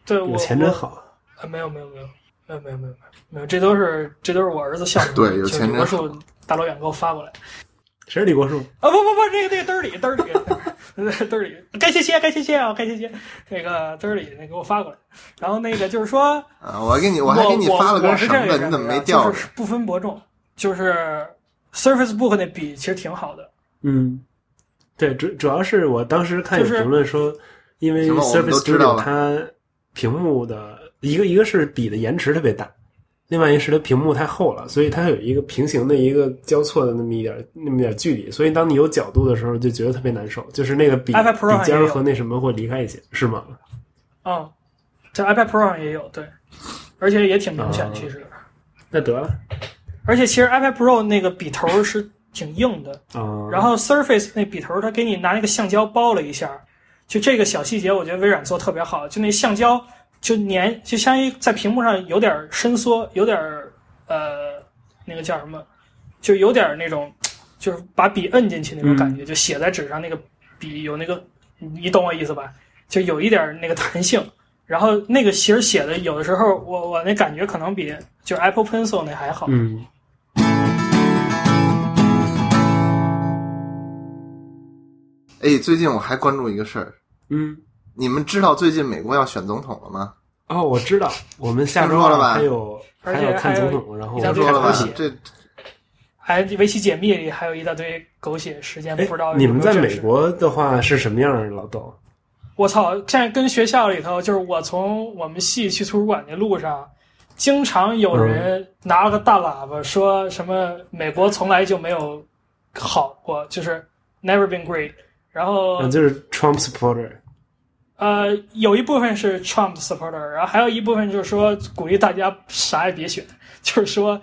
[SPEAKER 3] 对我
[SPEAKER 2] 有钱真好。
[SPEAKER 3] 啊，没有没有没有没有没有没有没有，这都是这都是我儿子项目，
[SPEAKER 1] 对有钱
[SPEAKER 3] 魔
[SPEAKER 1] 人
[SPEAKER 3] 术大老远给我发过来
[SPEAKER 2] 谁是李国树？
[SPEAKER 3] 啊！不不不，这个这个嘚儿里嘚儿里 嘚儿里，该谢谢该谢谢啊，该谢谢那个嘚儿里那给我发过来，然后那个就是说。
[SPEAKER 1] 啊，我还给你，我还给你发了根绳
[SPEAKER 3] 我我是这个
[SPEAKER 1] 子，
[SPEAKER 3] 感觉
[SPEAKER 1] 你怎么没掉
[SPEAKER 3] 啊
[SPEAKER 1] 着
[SPEAKER 3] 就？是不分伯仲，就是 Surface Book 那笔其实挺好的，
[SPEAKER 2] 嗯，对，主主要是我当时看有
[SPEAKER 3] 就是
[SPEAKER 2] 评论说，因为
[SPEAKER 1] 行吧我们
[SPEAKER 2] Surface
[SPEAKER 1] 都知道
[SPEAKER 2] Studio
[SPEAKER 1] 了
[SPEAKER 2] 它屏幕的一个一个是笔的延迟特别大，另外一个是它屏幕太厚了，所以它有一个平行的一个交错的那么一点那么一点距离，所以当你有角度的时候就觉得特别难受，就是那个笔
[SPEAKER 3] iPad Pro
[SPEAKER 2] 笔尖
[SPEAKER 3] 上也
[SPEAKER 2] 儿
[SPEAKER 3] 有
[SPEAKER 2] 和那什么会离开一些，是吗？
[SPEAKER 3] 嗯，在 iPad Pro 上也有，对，而且也挺明显
[SPEAKER 2] 啊，
[SPEAKER 3] 其实，
[SPEAKER 2] 那得了
[SPEAKER 3] 而且其实 iPad Pro 那个笔头儿是挺硬的，
[SPEAKER 2] 啊，
[SPEAKER 3] 然后 Surface 那笔头儿它给你拿那个橡胶包了一下，就这个小细节，我觉得微软做得特别好，就那橡胶就粘，就相当于在屏幕上有点儿伸缩，有点儿呃那个叫什么，就有点儿那种，就是把笔摁进去那种感觉，就写在纸上那个笔有那个，你懂我意思吧？就有一点儿那个弹性。然后那个其实写的有的时候，我我那感觉可能比就是 Apple Pencil 那还好。
[SPEAKER 2] 嗯，
[SPEAKER 1] 哎，最近我还关注一个事儿，
[SPEAKER 2] 嗯，
[SPEAKER 1] 你们知道最近美国要选总统了吗？
[SPEAKER 2] 哦，我知道，我们下周
[SPEAKER 1] 听说了
[SPEAKER 2] 二
[SPEAKER 1] 吧
[SPEAKER 2] 还有
[SPEAKER 3] 而
[SPEAKER 2] 还
[SPEAKER 3] 且
[SPEAKER 2] 有看
[SPEAKER 3] 还有
[SPEAKER 2] 总统，然后
[SPEAKER 3] 一
[SPEAKER 2] 我
[SPEAKER 3] 大
[SPEAKER 1] 听
[SPEAKER 3] 堆
[SPEAKER 1] 说了吧
[SPEAKER 3] 还不？写
[SPEAKER 1] 这
[SPEAKER 3] 还围棋解密里还有一大堆狗血事件，不
[SPEAKER 2] 哎
[SPEAKER 3] 知道有，没
[SPEAKER 2] 你
[SPEAKER 3] 有
[SPEAKER 2] 们在
[SPEAKER 3] 证
[SPEAKER 2] 美
[SPEAKER 3] 实？
[SPEAKER 2] 国的话是什么样儿，老豆？
[SPEAKER 3] 我操！现在跟学校里头，就是我从我们系去图书馆的路上，经常有
[SPEAKER 2] 嗯
[SPEAKER 3] 人拿了个大喇叭说什么“美国从来就没有好过”，就是 “never been great”。然后
[SPEAKER 2] 啊，就是 Trump supporter。
[SPEAKER 3] 呃，有一部分是 Trump supporter，然后还有一部分就是说鼓励大家啥也别选，就是说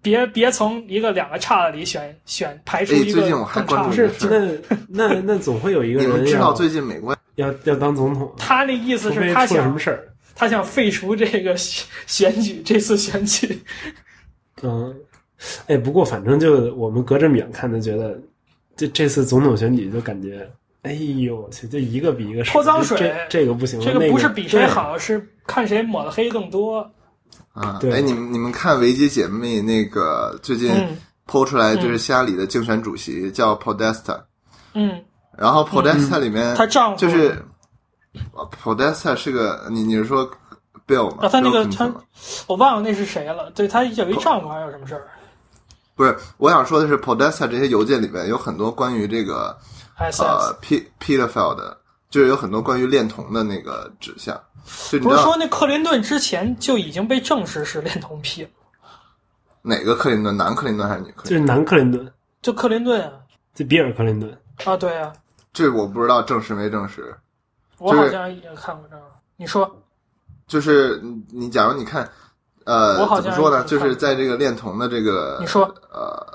[SPEAKER 3] 别别从一个两个差的里选选排除
[SPEAKER 1] 哎
[SPEAKER 3] 一个
[SPEAKER 1] 最近我还
[SPEAKER 3] 更差
[SPEAKER 1] 关
[SPEAKER 2] 不
[SPEAKER 1] 注
[SPEAKER 3] 的。
[SPEAKER 1] 这
[SPEAKER 2] 是
[SPEAKER 1] 个，事
[SPEAKER 2] 那那那总会有一
[SPEAKER 1] 嗯
[SPEAKER 2] 个
[SPEAKER 1] 你们
[SPEAKER 2] 人
[SPEAKER 1] 知道
[SPEAKER 2] 要
[SPEAKER 1] 最近美国
[SPEAKER 2] 要要当总统，
[SPEAKER 3] 他那意
[SPEAKER 2] 除
[SPEAKER 3] 思
[SPEAKER 2] 非
[SPEAKER 3] 是
[SPEAKER 2] 出了
[SPEAKER 3] 他
[SPEAKER 2] 什
[SPEAKER 3] 想
[SPEAKER 2] 么事儿。
[SPEAKER 3] 他想废除这个选 选举，这次选 举，
[SPEAKER 2] 嗯，哎，不过反正就我们隔这么远看，就觉得这这次总统选举就感觉，哎呦我去，这一个比一个
[SPEAKER 3] 泼脏
[SPEAKER 2] 水，
[SPEAKER 3] 水
[SPEAKER 2] 这这这个不行了，
[SPEAKER 3] 这
[SPEAKER 2] 那
[SPEAKER 3] 个
[SPEAKER 2] 个
[SPEAKER 3] 不是比谁。好，是看谁抹的黑更多。
[SPEAKER 1] 啊，
[SPEAKER 2] 对
[SPEAKER 1] 哎，你们你们看维基解密那个最近
[SPEAKER 3] 嗯
[SPEAKER 1] 剖出来就是希拉里的竞选主席叫 Podesta，
[SPEAKER 3] 嗯，
[SPEAKER 1] 然后 Podesta 里面
[SPEAKER 3] 她丈夫
[SPEAKER 1] 就是呃 Podesta 是个你你是说 Bill 吗？
[SPEAKER 3] 啊她那个
[SPEAKER 1] Bill Clinton
[SPEAKER 3] 她
[SPEAKER 1] 吗
[SPEAKER 3] 我忘了那是谁了。对她有一丈夫，还有什么事儿？
[SPEAKER 1] 不是，我想说的是 Podesta 这些邮件里面有很多关于这个
[SPEAKER 3] 还是
[SPEAKER 1] 呃 P pedophile 的，就是有很多关于恋童的那个指向，就你
[SPEAKER 3] 不
[SPEAKER 1] 知
[SPEAKER 3] 是
[SPEAKER 1] 道
[SPEAKER 3] 说那克林顿之前就已经被证实是恋童癖了？
[SPEAKER 1] 哪个克林顿，男克林顿还是女克
[SPEAKER 2] 就
[SPEAKER 1] 林顿？
[SPEAKER 2] 是南克林顿，
[SPEAKER 3] 就克林顿啊，
[SPEAKER 2] 就比尔克林顿，
[SPEAKER 3] 啊对啊，
[SPEAKER 1] 这我不知道证实没证实。
[SPEAKER 3] 我
[SPEAKER 1] 就是
[SPEAKER 3] 好像也看过这个。你说，
[SPEAKER 1] 就是你你，假如你看，呃
[SPEAKER 3] 我，好像
[SPEAKER 1] 怎么说呢？
[SPEAKER 3] 也看
[SPEAKER 1] 就是在这个恋童的这个
[SPEAKER 3] 你说
[SPEAKER 1] 呃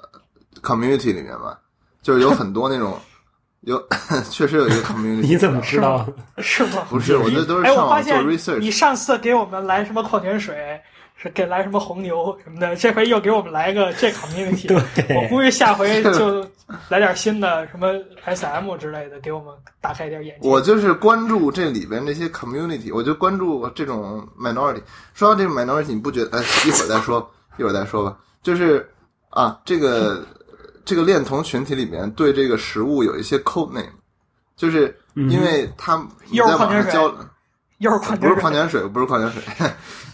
[SPEAKER 1] community 里面吧，就是有很多那种有 确实有一 个 community。
[SPEAKER 2] 你怎么知道？
[SPEAKER 1] 呃
[SPEAKER 3] 是吗？
[SPEAKER 1] 不是，我这都是
[SPEAKER 3] 哎，
[SPEAKER 1] 上
[SPEAKER 3] 我发
[SPEAKER 1] 网做
[SPEAKER 3] 现你
[SPEAKER 1] research。
[SPEAKER 3] 上次给我们来什么矿泉水，是给来什么红牛什么的，这回又给我们来个这 community，我
[SPEAKER 2] 对，
[SPEAKER 3] 估计下回就来点新的什么 SM 之类的，给我们打开点眼界。
[SPEAKER 1] 我就是关注这里边这些 community，我就关注这种 minority。说到这个 minority，你不觉得？哎，一会儿再说，一会儿再说吧。就是啊，这个这个恋童群体里面对这个食物有一些 code name，就是因为他们你
[SPEAKER 3] 嗯又是
[SPEAKER 1] 在
[SPEAKER 3] 矿
[SPEAKER 1] 网上
[SPEAKER 3] 泉水
[SPEAKER 1] 交。
[SPEAKER 3] 又是矿
[SPEAKER 1] 不
[SPEAKER 3] 泉
[SPEAKER 1] 是
[SPEAKER 3] 水，
[SPEAKER 1] 矿泉水，不是矿泉水，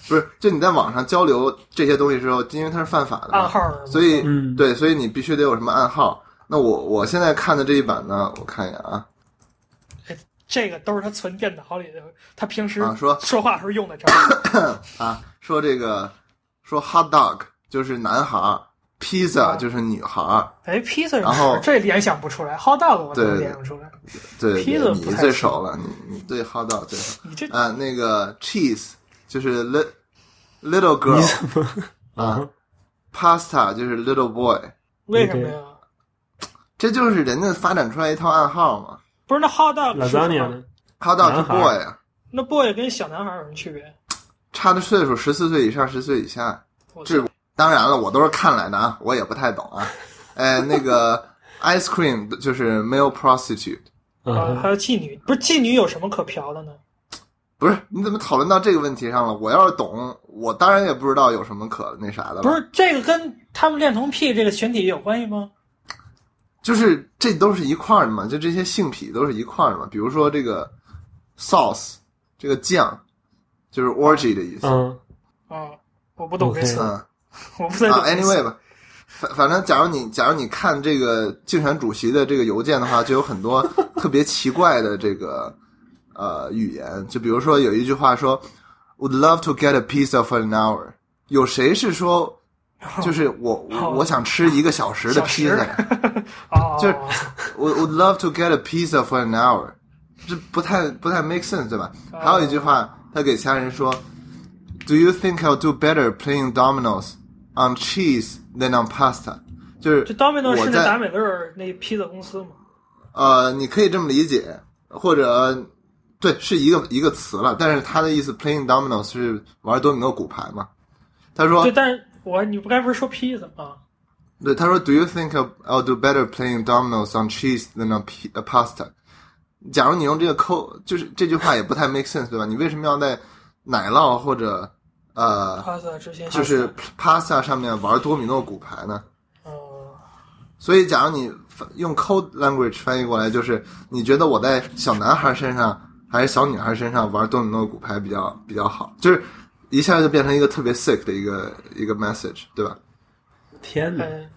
[SPEAKER 1] 不是。就你在网上交流这些东西之后，因为它是犯法的
[SPEAKER 3] 暗
[SPEAKER 1] 嘛，
[SPEAKER 3] 号儿
[SPEAKER 1] 所以、
[SPEAKER 2] 嗯
[SPEAKER 1] 对，所以你必须得有什么暗号。那我我现在看的这一版呢，我看一眼啊，
[SPEAKER 3] 这个都是他存电脑里的，他平时
[SPEAKER 1] 啊说
[SPEAKER 3] 说话时候用的招儿。
[SPEAKER 1] 啊，说这个说 hot dog 就是男孩儿，
[SPEAKER 3] 哦
[SPEAKER 1] Pizza 就是女孩儿，
[SPEAKER 3] 哎，pizza 是
[SPEAKER 1] 然后
[SPEAKER 3] 这联想不出来，hot dog 我
[SPEAKER 1] 对
[SPEAKER 3] 能联想出来。
[SPEAKER 1] 对，对
[SPEAKER 3] Pizza
[SPEAKER 1] 你
[SPEAKER 3] 不太
[SPEAKER 1] 最
[SPEAKER 3] 熟
[SPEAKER 1] 熟了，你你对 hot dog 最熟。
[SPEAKER 3] 你这
[SPEAKER 1] 啊，那个 cheese 就是 li little
[SPEAKER 2] 你
[SPEAKER 1] girl
[SPEAKER 2] 怎么
[SPEAKER 1] 啊，pasta 就是 little boy，
[SPEAKER 3] 为什么呀？
[SPEAKER 1] 这就是人家发展出来一套暗号嘛。
[SPEAKER 3] 不是那 hot dog 是什么
[SPEAKER 2] lasagna 呢？
[SPEAKER 1] hot dog 是
[SPEAKER 2] 男孩
[SPEAKER 1] boy 啊，
[SPEAKER 3] 那 boy 跟小男孩有什么区别？
[SPEAKER 1] 差的岁数十四岁以上，十岁以下。
[SPEAKER 3] 我
[SPEAKER 1] 这当然了，我都是看来的啊，我也不太懂啊。哎，那个 ice cream 就是 male prostitute，
[SPEAKER 3] 啊，
[SPEAKER 2] 啊
[SPEAKER 3] 还有妓女，不是妓女有什么可嫖的呢？
[SPEAKER 1] 不是？你怎么讨论到这个问题上了？我要是懂，我当然也不知道有什么可那啥的了。
[SPEAKER 3] 不是这个跟他们恋童癖这个群体有关系吗？
[SPEAKER 1] 就是这都是一块儿的嘛，就这些性癖都是一块儿的嘛。比如说这个 sauce，这个酱，就是 orgy 的意思。
[SPEAKER 2] 嗯，
[SPEAKER 3] 啊，我不懂这词
[SPEAKER 2] OK
[SPEAKER 1] 嗯，
[SPEAKER 3] 我不太
[SPEAKER 1] 啊
[SPEAKER 3] 懂这词。
[SPEAKER 1] ，anyway 吧，反反正，假如你假如你看这个竞选主席的这个邮件的话，就有很多特别奇怪的这个呃语言，就比如说有一句话说，would love to get a pizza for an hour。有谁是说，就是我我我想吃一个小时的
[SPEAKER 3] 小
[SPEAKER 1] 披
[SPEAKER 3] 时
[SPEAKER 1] 萨？
[SPEAKER 3] 哦，
[SPEAKER 1] 就是我 would love to get a pizza for an hour，这不太不太 make sense 对吧？
[SPEAKER 3] 哦
[SPEAKER 1] 还有一句话，他给其他人说，Do you think I'll do better playing dominoes on cheese than on pasta？就是
[SPEAKER 3] 这 Domino
[SPEAKER 1] 我
[SPEAKER 3] 是那达
[SPEAKER 1] 在
[SPEAKER 3] 美乐儿那披萨公司嘛？
[SPEAKER 1] 呃，你可以这么理解，或者对是一个一个词了，但是他的意思 playing dominoes 是玩多米诺骨牌嘛？他说
[SPEAKER 3] 对，但是我你不该不是说披萨啊吗？
[SPEAKER 1] 对，他说，Do you think I'll do better playing dominoes on cheese than on p- a pasta？假如你用这个扣，就是这句话也不太 make sense，对吧？你为什么要在奶酪或者呃，
[SPEAKER 3] 披萨之前
[SPEAKER 1] 就是 pasta 上面玩多米诺骨牌呢？
[SPEAKER 3] 嗯，
[SPEAKER 1] 所以，假如你翻用 code language 翻译过来，就是你觉得我在小男孩身上还是小女孩身上玩多米诺骨牌比较比较好，就是一下就变成一个特别 sick 的一个一个 message，对吧？
[SPEAKER 2] 天哪！
[SPEAKER 3] 嗯
[SPEAKER 2] 哎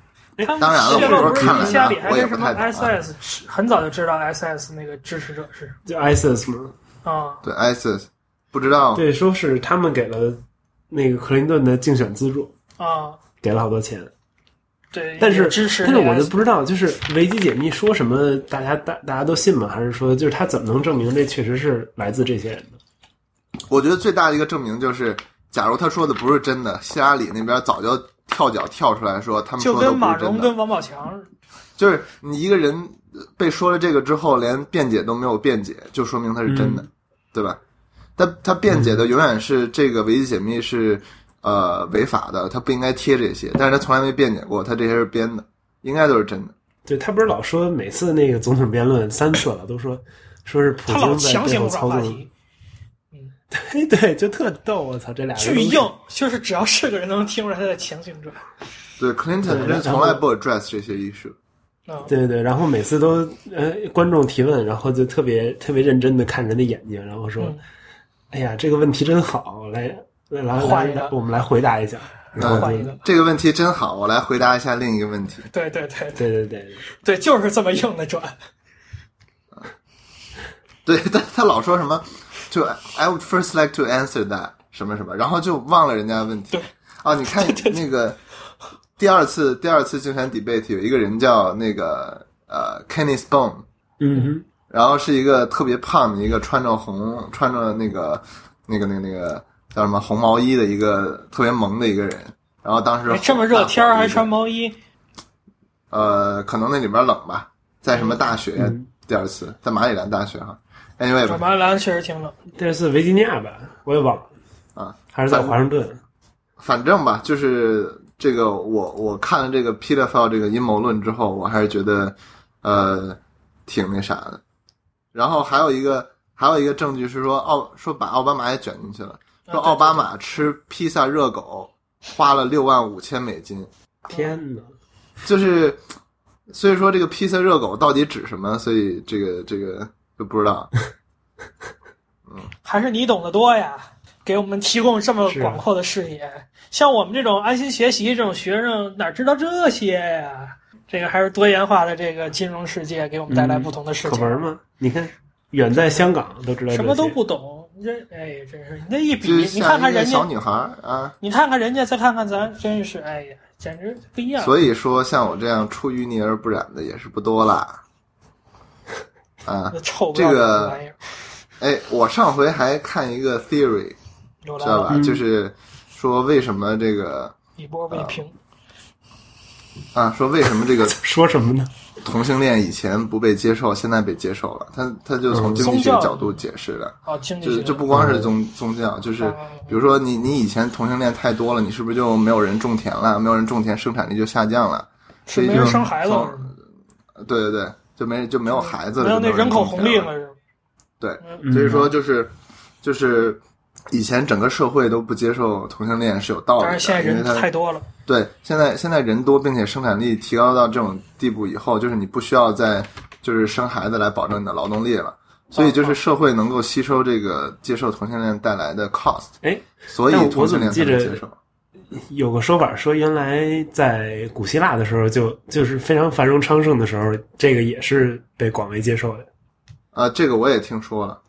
[SPEAKER 3] 他们
[SPEAKER 1] 当然了
[SPEAKER 3] 泄露
[SPEAKER 1] 我
[SPEAKER 3] 不
[SPEAKER 1] 是
[SPEAKER 3] 是
[SPEAKER 1] 看了
[SPEAKER 3] 下里
[SPEAKER 1] 啊
[SPEAKER 3] 还
[SPEAKER 1] 我也
[SPEAKER 3] 跟
[SPEAKER 1] 不
[SPEAKER 3] 什么
[SPEAKER 1] 太懂啊
[SPEAKER 3] SS 是很早就知道 SS 那个支持者是
[SPEAKER 2] 就 ISIS 嘛，
[SPEAKER 3] 啊，
[SPEAKER 1] 对，ISIS 不知道
[SPEAKER 2] 对，说是他们给了那个克林顿的竞选资助，
[SPEAKER 3] 啊，
[SPEAKER 2] 给了好多钱，
[SPEAKER 3] 对，
[SPEAKER 2] 但是
[SPEAKER 3] 也支持
[SPEAKER 2] 但是
[SPEAKER 3] 那个
[SPEAKER 2] 我就
[SPEAKER 3] SS
[SPEAKER 2] 不知道，就是维基解密说什么，大家大大家都信吗？还是说就是他怎么能证明这确实是来自这些人呢？
[SPEAKER 1] 我觉得最大的一个证明就是，假如他说的不是真的，希拉里那边早就跳脚跳出来说他们
[SPEAKER 3] 就
[SPEAKER 1] 说的
[SPEAKER 3] 跟
[SPEAKER 1] 不
[SPEAKER 3] 马
[SPEAKER 1] 是
[SPEAKER 3] 蓉
[SPEAKER 1] 真的，
[SPEAKER 3] 跟王宝强似的
[SPEAKER 1] 就是你一个人呃被说了这个之后，连辩解都没有辩解，就说明他是
[SPEAKER 3] 嗯
[SPEAKER 1] 真的，对吧？他他辩解的永远是这个维基解密是呃违法的，他不应该贴这些，但是他从来没辩解过，他这些是编的，应该都是真的。
[SPEAKER 2] 对他不是老说每次那个总统辩论三次了，都说说是普
[SPEAKER 3] 他老
[SPEAKER 2] 京在
[SPEAKER 3] 强
[SPEAKER 2] 背
[SPEAKER 3] 行
[SPEAKER 2] 后
[SPEAKER 3] 不
[SPEAKER 2] 操
[SPEAKER 3] 转话
[SPEAKER 2] 纵
[SPEAKER 3] 题，，
[SPEAKER 2] 嘿， 对，就特逗，我操，这俩人
[SPEAKER 3] 巨
[SPEAKER 2] 哎都
[SPEAKER 3] 硬，就是只要是个人能听出来他在强行转。
[SPEAKER 1] 对，Clinton
[SPEAKER 2] 对
[SPEAKER 1] 真
[SPEAKER 2] 然
[SPEAKER 1] 是从
[SPEAKER 2] 后
[SPEAKER 1] 来不 address 这些 issue。
[SPEAKER 3] 啊，
[SPEAKER 2] 对对，然后每次都呃，观众提问，然后就特别特别认真的看人的眼睛，然后说：“
[SPEAKER 3] 嗯
[SPEAKER 2] 哎呀，这个问题真好，来来来
[SPEAKER 3] 换一
[SPEAKER 2] 来
[SPEAKER 3] 个
[SPEAKER 2] 我们来回答一下。”
[SPEAKER 1] 嗯
[SPEAKER 2] 然后
[SPEAKER 3] 换
[SPEAKER 2] 就
[SPEAKER 3] 一个，
[SPEAKER 1] 这个问题真好，我来回答一下另一个问题。
[SPEAKER 3] 对对对
[SPEAKER 2] 对对对，
[SPEAKER 3] 对，就是这么硬的转。
[SPEAKER 1] 对 他他老说什么，就 I would first like to answer that 什么什么，然后就忘了人家的问题
[SPEAKER 3] 对。
[SPEAKER 1] 啊，你看那个第二次第二次竞选 debate 有一个人叫那个呃 Kenny Stone，
[SPEAKER 2] 嗯哼，
[SPEAKER 1] 然后是一个特别胖的一个穿着红穿着那个那个那个那个叫什么红毛衣的一个特别萌的一个人。然后当时
[SPEAKER 3] 哎这么热天儿还穿毛衣，
[SPEAKER 1] 呃，可能那里边冷吧，在
[SPEAKER 3] 嗯
[SPEAKER 1] 什么大学？第二次在马里兰大学哈。Anyway 吧
[SPEAKER 3] 转，马兰确实挺冷。
[SPEAKER 2] 这是维吉尼亚吧？我也忘了
[SPEAKER 1] 啊，
[SPEAKER 2] 还是在华盛顿？
[SPEAKER 1] 反正吧，就是这个我我看了这个 Peter f e l 这个阴谋论之后，我还是觉得呃挺那啥的。然后还有一个还有一个证据是说奥说把奥巴马也卷进去了，说奥巴马吃披萨热狗花了六万五千美金，
[SPEAKER 2] 天哪！
[SPEAKER 1] 就是所以说这个披萨热狗到底指什么？所以这个这个就不知道。
[SPEAKER 3] 还是你懂得多呀，给我们提供这么
[SPEAKER 2] 是啊
[SPEAKER 3] 广阔的视野。像我们这种安心学习这种学生，哪知道这些呀？这个还是多元化的这个金融世界给我们带来
[SPEAKER 2] 嗯
[SPEAKER 3] 不同的视
[SPEAKER 2] 可
[SPEAKER 3] 角，
[SPEAKER 2] 玩吗？你看，远在香港都知道这些
[SPEAKER 3] 什么都不懂，你这哎，真是你这一比
[SPEAKER 1] 就，
[SPEAKER 3] 你看
[SPEAKER 1] 像
[SPEAKER 3] 看
[SPEAKER 1] 一个
[SPEAKER 3] 人
[SPEAKER 1] 小
[SPEAKER 3] 家，
[SPEAKER 1] 女孩儿啊。
[SPEAKER 3] 你看看人家，再看看咱，真是哎呀，简直不一样。
[SPEAKER 1] 所以说，像我这样出淤泥而不染的也是不多啦。啊，
[SPEAKER 3] 那臭不
[SPEAKER 1] 这
[SPEAKER 3] 要脸
[SPEAKER 1] 个
[SPEAKER 3] 的玩意儿，
[SPEAKER 1] 哎，我上回还看一个 theory，
[SPEAKER 3] 有
[SPEAKER 1] 知
[SPEAKER 3] 来
[SPEAKER 1] 道
[SPEAKER 3] 了，
[SPEAKER 1] 吧？就是说为什么这个
[SPEAKER 3] 一波未平。
[SPEAKER 1] 啊，说为什么这个
[SPEAKER 2] 说什么呢？
[SPEAKER 1] 同性恋以前不被接受，现在被接受了？他他就从
[SPEAKER 2] 嗯
[SPEAKER 1] 经济学
[SPEAKER 3] 宗教
[SPEAKER 1] 角度解释的，
[SPEAKER 3] 好，经济
[SPEAKER 1] 就
[SPEAKER 3] 学
[SPEAKER 1] 就不光是宗宗教，就是
[SPEAKER 3] 嗯
[SPEAKER 1] 比如说你你以前同性恋太多了，你是不是就没有人种田了？没有人种田，生产力就下降了，
[SPEAKER 3] 是
[SPEAKER 1] 所以
[SPEAKER 3] 没
[SPEAKER 1] 就
[SPEAKER 3] 人生孩子了，
[SPEAKER 1] 从对对对，就没就没有孩子了，
[SPEAKER 3] 没有
[SPEAKER 1] 就
[SPEAKER 3] 那人口红利
[SPEAKER 1] 种田
[SPEAKER 3] 了，是吧？
[SPEAKER 1] 对
[SPEAKER 3] 嗯
[SPEAKER 1] 所以说就是就是以前整个社会都不接受同性恋是有道理的，
[SPEAKER 3] 但是现在
[SPEAKER 1] 哦因为
[SPEAKER 3] 人
[SPEAKER 1] 它
[SPEAKER 3] 太多了，
[SPEAKER 1] 对，现在现在人多，并且生产力提高到这种地步以后，就是你不需要再就是生孩子来保证你的劳动力了，所以就是社会能够吸收这个接受同性恋带来的 cost，
[SPEAKER 2] 哎，
[SPEAKER 1] 所以
[SPEAKER 2] 但我
[SPEAKER 1] 同性恋才能
[SPEAKER 2] 我怎
[SPEAKER 1] 接
[SPEAKER 2] 么记
[SPEAKER 1] 受。
[SPEAKER 2] 有个说法说，原来在古希腊的时候就，就是非常繁荣昌盛的时候，这个也是被广为接受的。
[SPEAKER 1] 啊，这个我也听说了，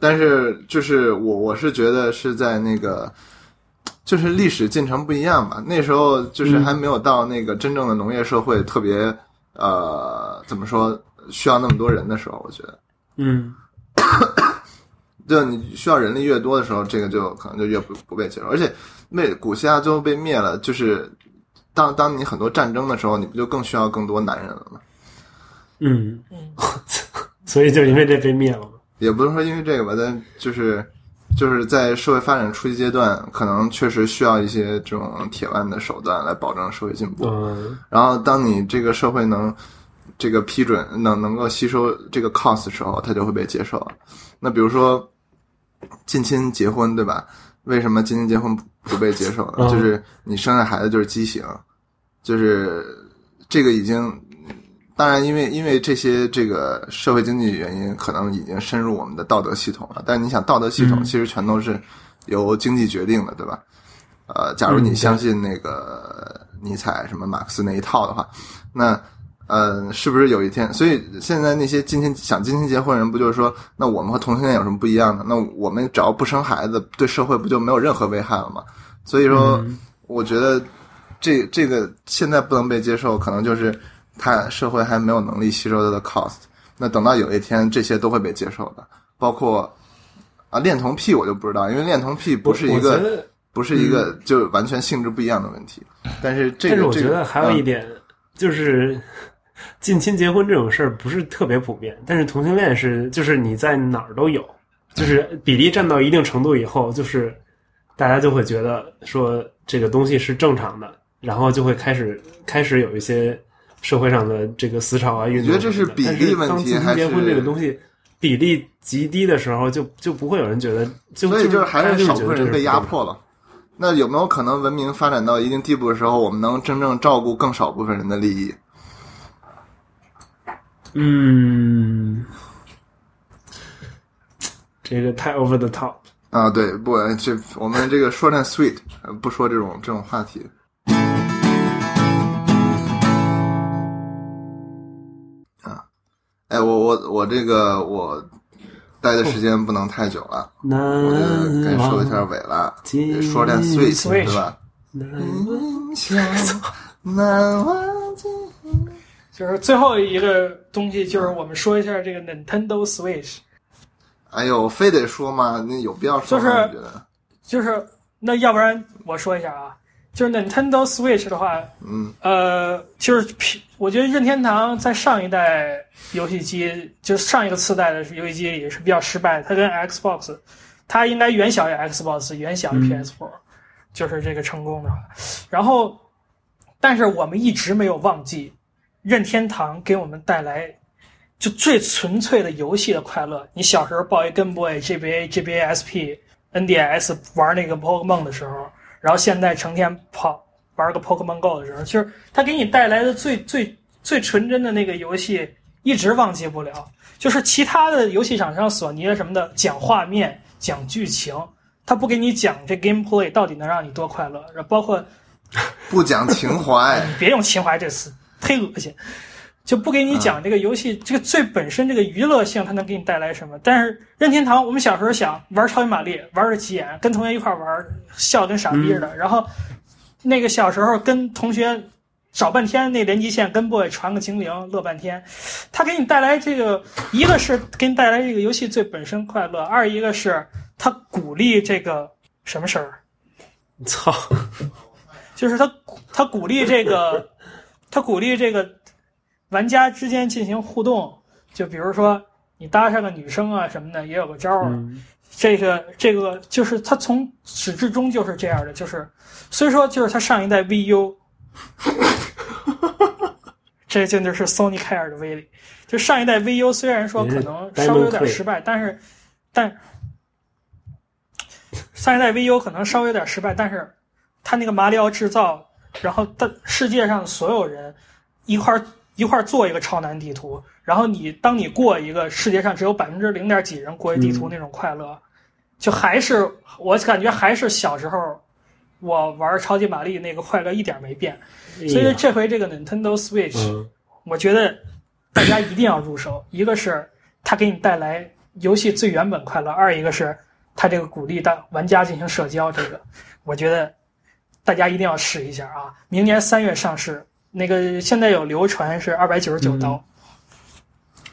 [SPEAKER 1] 但是就是我我是觉得是在那个，就是历史进程不一样吧。那时候就是还没有到那个真正的农业社会，特别呃怎么说需要那么多人的时候，我觉得。
[SPEAKER 2] 嗯，
[SPEAKER 1] 就你需要人力越多的时候，这个就可能就越不不被接受。而且，那古希腊最后被灭了，就是当当你很多战争的时候，你不就更需要更多男人了吗？
[SPEAKER 2] 嗯，
[SPEAKER 3] 嗯，
[SPEAKER 2] 所以就是因为这被灭了嘛。
[SPEAKER 1] 也不是说因为这个吧，但就是就是在社会发展初期阶段，可能确实需要一些这种铁腕的手段来保证社会进步。
[SPEAKER 2] 嗯，
[SPEAKER 1] 然后，当你这个社会能这个批准能能够吸收这个 cost 的时候，它就会被接受。那比如说近亲结婚，对吧？为什么近亲结婚不不被接受呢？
[SPEAKER 2] 嗯
[SPEAKER 1] 就是你生下孩子就是畸形，就是这个已经。当然，因为因为这些这个社会经济原因，可能已经深入我们的道德系统了。但是你想，道德系统
[SPEAKER 2] 嗯
[SPEAKER 1] 其实全都是由经济决定的，对吧？呃，假如
[SPEAKER 2] 嗯
[SPEAKER 1] 你
[SPEAKER 2] 对
[SPEAKER 1] 相信那个尼采、什么马克思那一套的话，那呃，是不是有一天？所以现在那些近亲想近亲结婚的人，不就是说，那我们和同性恋有什么不一样呢？那我们只要不生孩子，对社会不就没有任何危害了吗？所以
[SPEAKER 2] 嗯
[SPEAKER 1] 说，我觉得这这个现在不能被接受，可能就是他社会还没有能力吸收它的 cost。那等到有一天，这些都会被接受的，包括啊恋童癖，我就不知道，因为恋童癖不是一
[SPEAKER 2] 我
[SPEAKER 1] 个
[SPEAKER 2] 觉得嗯
[SPEAKER 1] 不是一个就完全性质不一样的问题。但是这个，
[SPEAKER 2] 但是我觉
[SPEAKER 1] 这
[SPEAKER 2] 得
[SPEAKER 1] 个
[SPEAKER 2] 还有一
[SPEAKER 1] 嗯
[SPEAKER 2] 点、就是， 近亲结婚这种事儿不是特别普遍，但是同性恋是就是你在哪儿都有，就是比例占到一定程度以后，就是大家就会觉得说这个东西是正常的，然后就会开始开始有一些社会上的这个思潮啊运动
[SPEAKER 1] 你觉得
[SPEAKER 2] 什么的。
[SPEAKER 1] 这是比例问
[SPEAKER 2] 但
[SPEAKER 1] 题
[SPEAKER 2] 是当近
[SPEAKER 1] 还
[SPEAKER 2] 亲结婚这
[SPEAKER 1] 是
[SPEAKER 2] 个东西比例极低的时候就，就不会有人觉得就
[SPEAKER 1] 所以
[SPEAKER 2] 就是
[SPEAKER 1] 还
[SPEAKER 2] 大家
[SPEAKER 1] 是
[SPEAKER 2] 就
[SPEAKER 1] 少
[SPEAKER 2] 觉
[SPEAKER 1] 部分
[SPEAKER 2] 得这
[SPEAKER 1] 人
[SPEAKER 2] 是
[SPEAKER 1] 被
[SPEAKER 2] 不
[SPEAKER 1] 压
[SPEAKER 2] 正常
[SPEAKER 1] 迫了。那有没有可能文明发展到一定地步的时候，我们能真正照顾更少部分人的利益？
[SPEAKER 2] 嗯，这个太 over the top。
[SPEAKER 1] 啊，对，不，这我们这个 short and sweet，呃不说这种这种话题。啊，哎，我我我这个我待的时间不能太久了，
[SPEAKER 2] 难
[SPEAKER 1] 我
[SPEAKER 3] 嗯
[SPEAKER 1] 就该收一下
[SPEAKER 2] 忘
[SPEAKER 1] 尾了。
[SPEAKER 2] 今
[SPEAKER 1] short and sweet，
[SPEAKER 3] Sweet
[SPEAKER 1] 对吧？
[SPEAKER 2] 难
[SPEAKER 1] 嗯想难忘记
[SPEAKER 3] 就是最后一个东西，就是我们说一下这个 Nintendo Switch，
[SPEAKER 1] 哎呦，非得说吗？那有必要说
[SPEAKER 3] 就
[SPEAKER 1] 吗？
[SPEAKER 3] 是
[SPEAKER 1] 你觉得？
[SPEAKER 3] 就是那要不然我说一下啊，就是 Nintendo Switch 的话，
[SPEAKER 1] 嗯，
[SPEAKER 3] 呃，就是皮，我觉得任天堂在上一代游戏机，就是上一个次代的游戏机也是比较失败的，它跟 Xbox，它应该远小于 Xbox，远小于
[SPEAKER 2] 嗯
[SPEAKER 3] PS4，、就是这个成功的话。然后，但是我们一直没有忘记，任天堂给我们带来就最纯粹的游戏的快乐。你小时候抱一 Game Boy、GBA、GBA SP、NDS 玩那个 Pokemon 的时候，然后现在成天跑玩个 Pokemon Go 的时候，就是它给你带来的最最最纯真的那个游戏，一直忘记不了。就是其他的游戏厂商，索尼啊什么的，讲画面、讲剧情，他不给你讲这 gameplay 到底能让你多快乐，然后包括
[SPEAKER 1] 不讲情怀。
[SPEAKER 3] 别用情怀这词，忒恶心。就不给你讲这个游戏、这个最本身这个娱乐性它能给你带来什么。但是任天堂，我们小时候想玩超级玛丽，玩的急眼，跟同学一块玩，笑得跟傻逼似的。然后那个小时候跟同学找半天那连机线跟 boy 传个精灵，乐半天。它给你带来这个，一个是给你带来这个游戏最本身快乐，二一个是它鼓励这个什么事儿，
[SPEAKER 2] 操，
[SPEAKER 3] 就是它它鼓励这个，它鼓励这个玩家之间进行互动，就比如说你搭上个女生啊什么的，也有个招儿。
[SPEAKER 2] 嗯
[SPEAKER 3] 这个这个就是它从始至终就是这样的，就是虽说就是它上一代 VU，这真的是 Sony 凯尔的威力。就上一代 VU 虽然说可能稍微有点失败，但是但上一代 VU 可能稍微有点失败，但是它那个马里奥制造，然后但世界上所有人一块儿一块儿做一个超难地图，然后你当你过一个世界上只有百分之零点几人过一地图那种快乐，就还是我感觉还是小时候我玩超级玛丽那个快乐一点没变。所以这回这个 Nintendo Switch，、
[SPEAKER 2] 哎嗯
[SPEAKER 3] 我觉得大家一定要入手，一个是它给你带来游戏最原本快乐，二一个是它这个鼓励大玩家进行社交，这个我觉得大家一定要试一下啊！明年三月上市，那个现在有流传是二百九十九刀。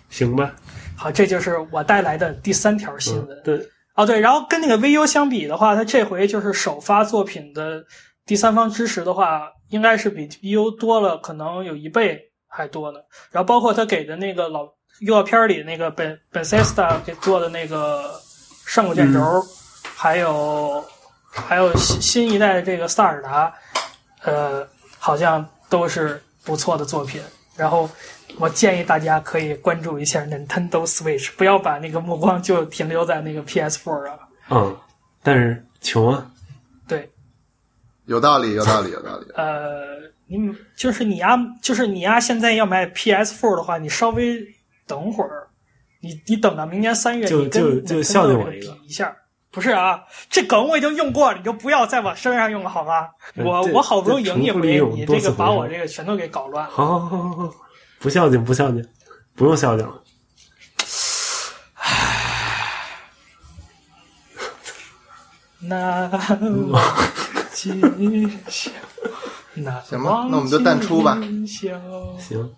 [SPEAKER 2] 行吧，
[SPEAKER 3] 好，这就是我带来的第三条新闻。
[SPEAKER 2] 嗯，对，
[SPEAKER 3] 哦，对，然后跟那个 VU 相比的话，它这回就是首发作品的第三方支持的话，应该是比 VU 多了，可能有一倍还多呢。然后包括他给的那个老预告片里那个本本 s e s t a 给做的那个上古卷轴，还有还有新新一代的这个萨尔达，呃，好像都是不错的作品。然后我建议大家可以关注一下 Nintendo Switch，不要把那个目光就停留在那个 PS4 啊。
[SPEAKER 2] 嗯，但是穷啊，
[SPEAKER 3] 对，
[SPEAKER 1] 有道理，有道理，有道理。
[SPEAKER 3] 呃，你就是你呀、就是你呀、现在要买 PS4 的话，你稍微等会儿，你你等到明年三月，
[SPEAKER 2] 就
[SPEAKER 3] 你跟
[SPEAKER 2] 就
[SPEAKER 3] Nintendo
[SPEAKER 2] 就孝敬我
[SPEAKER 3] 这
[SPEAKER 2] 一个
[SPEAKER 3] 比一下。不是啊，这梗我已经用过了，你就不要再往身上用了，好吗？
[SPEAKER 2] 嗯
[SPEAKER 3] 我
[SPEAKER 2] 这
[SPEAKER 3] 我好不容易赢一
[SPEAKER 2] 这重复利
[SPEAKER 3] 回，
[SPEAKER 2] 用
[SPEAKER 3] 你
[SPEAKER 2] 多
[SPEAKER 3] 这
[SPEAKER 2] 次
[SPEAKER 3] 个把
[SPEAKER 2] 回
[SPEAKER 3] 我
[SPEAKER 2] 收
[SPEAKER 3] 这个全都给搞乱了。
[SPEAKER 2] 好好好好好，不孝敬不孝敬，不用孝敬了，
[SPEAKER 3] 那 我今宵，那
[SPEAKER 1] 行吧那我们就淡出吧
[SPEAKER 3] 今宵
[SPEAKER 2] 行，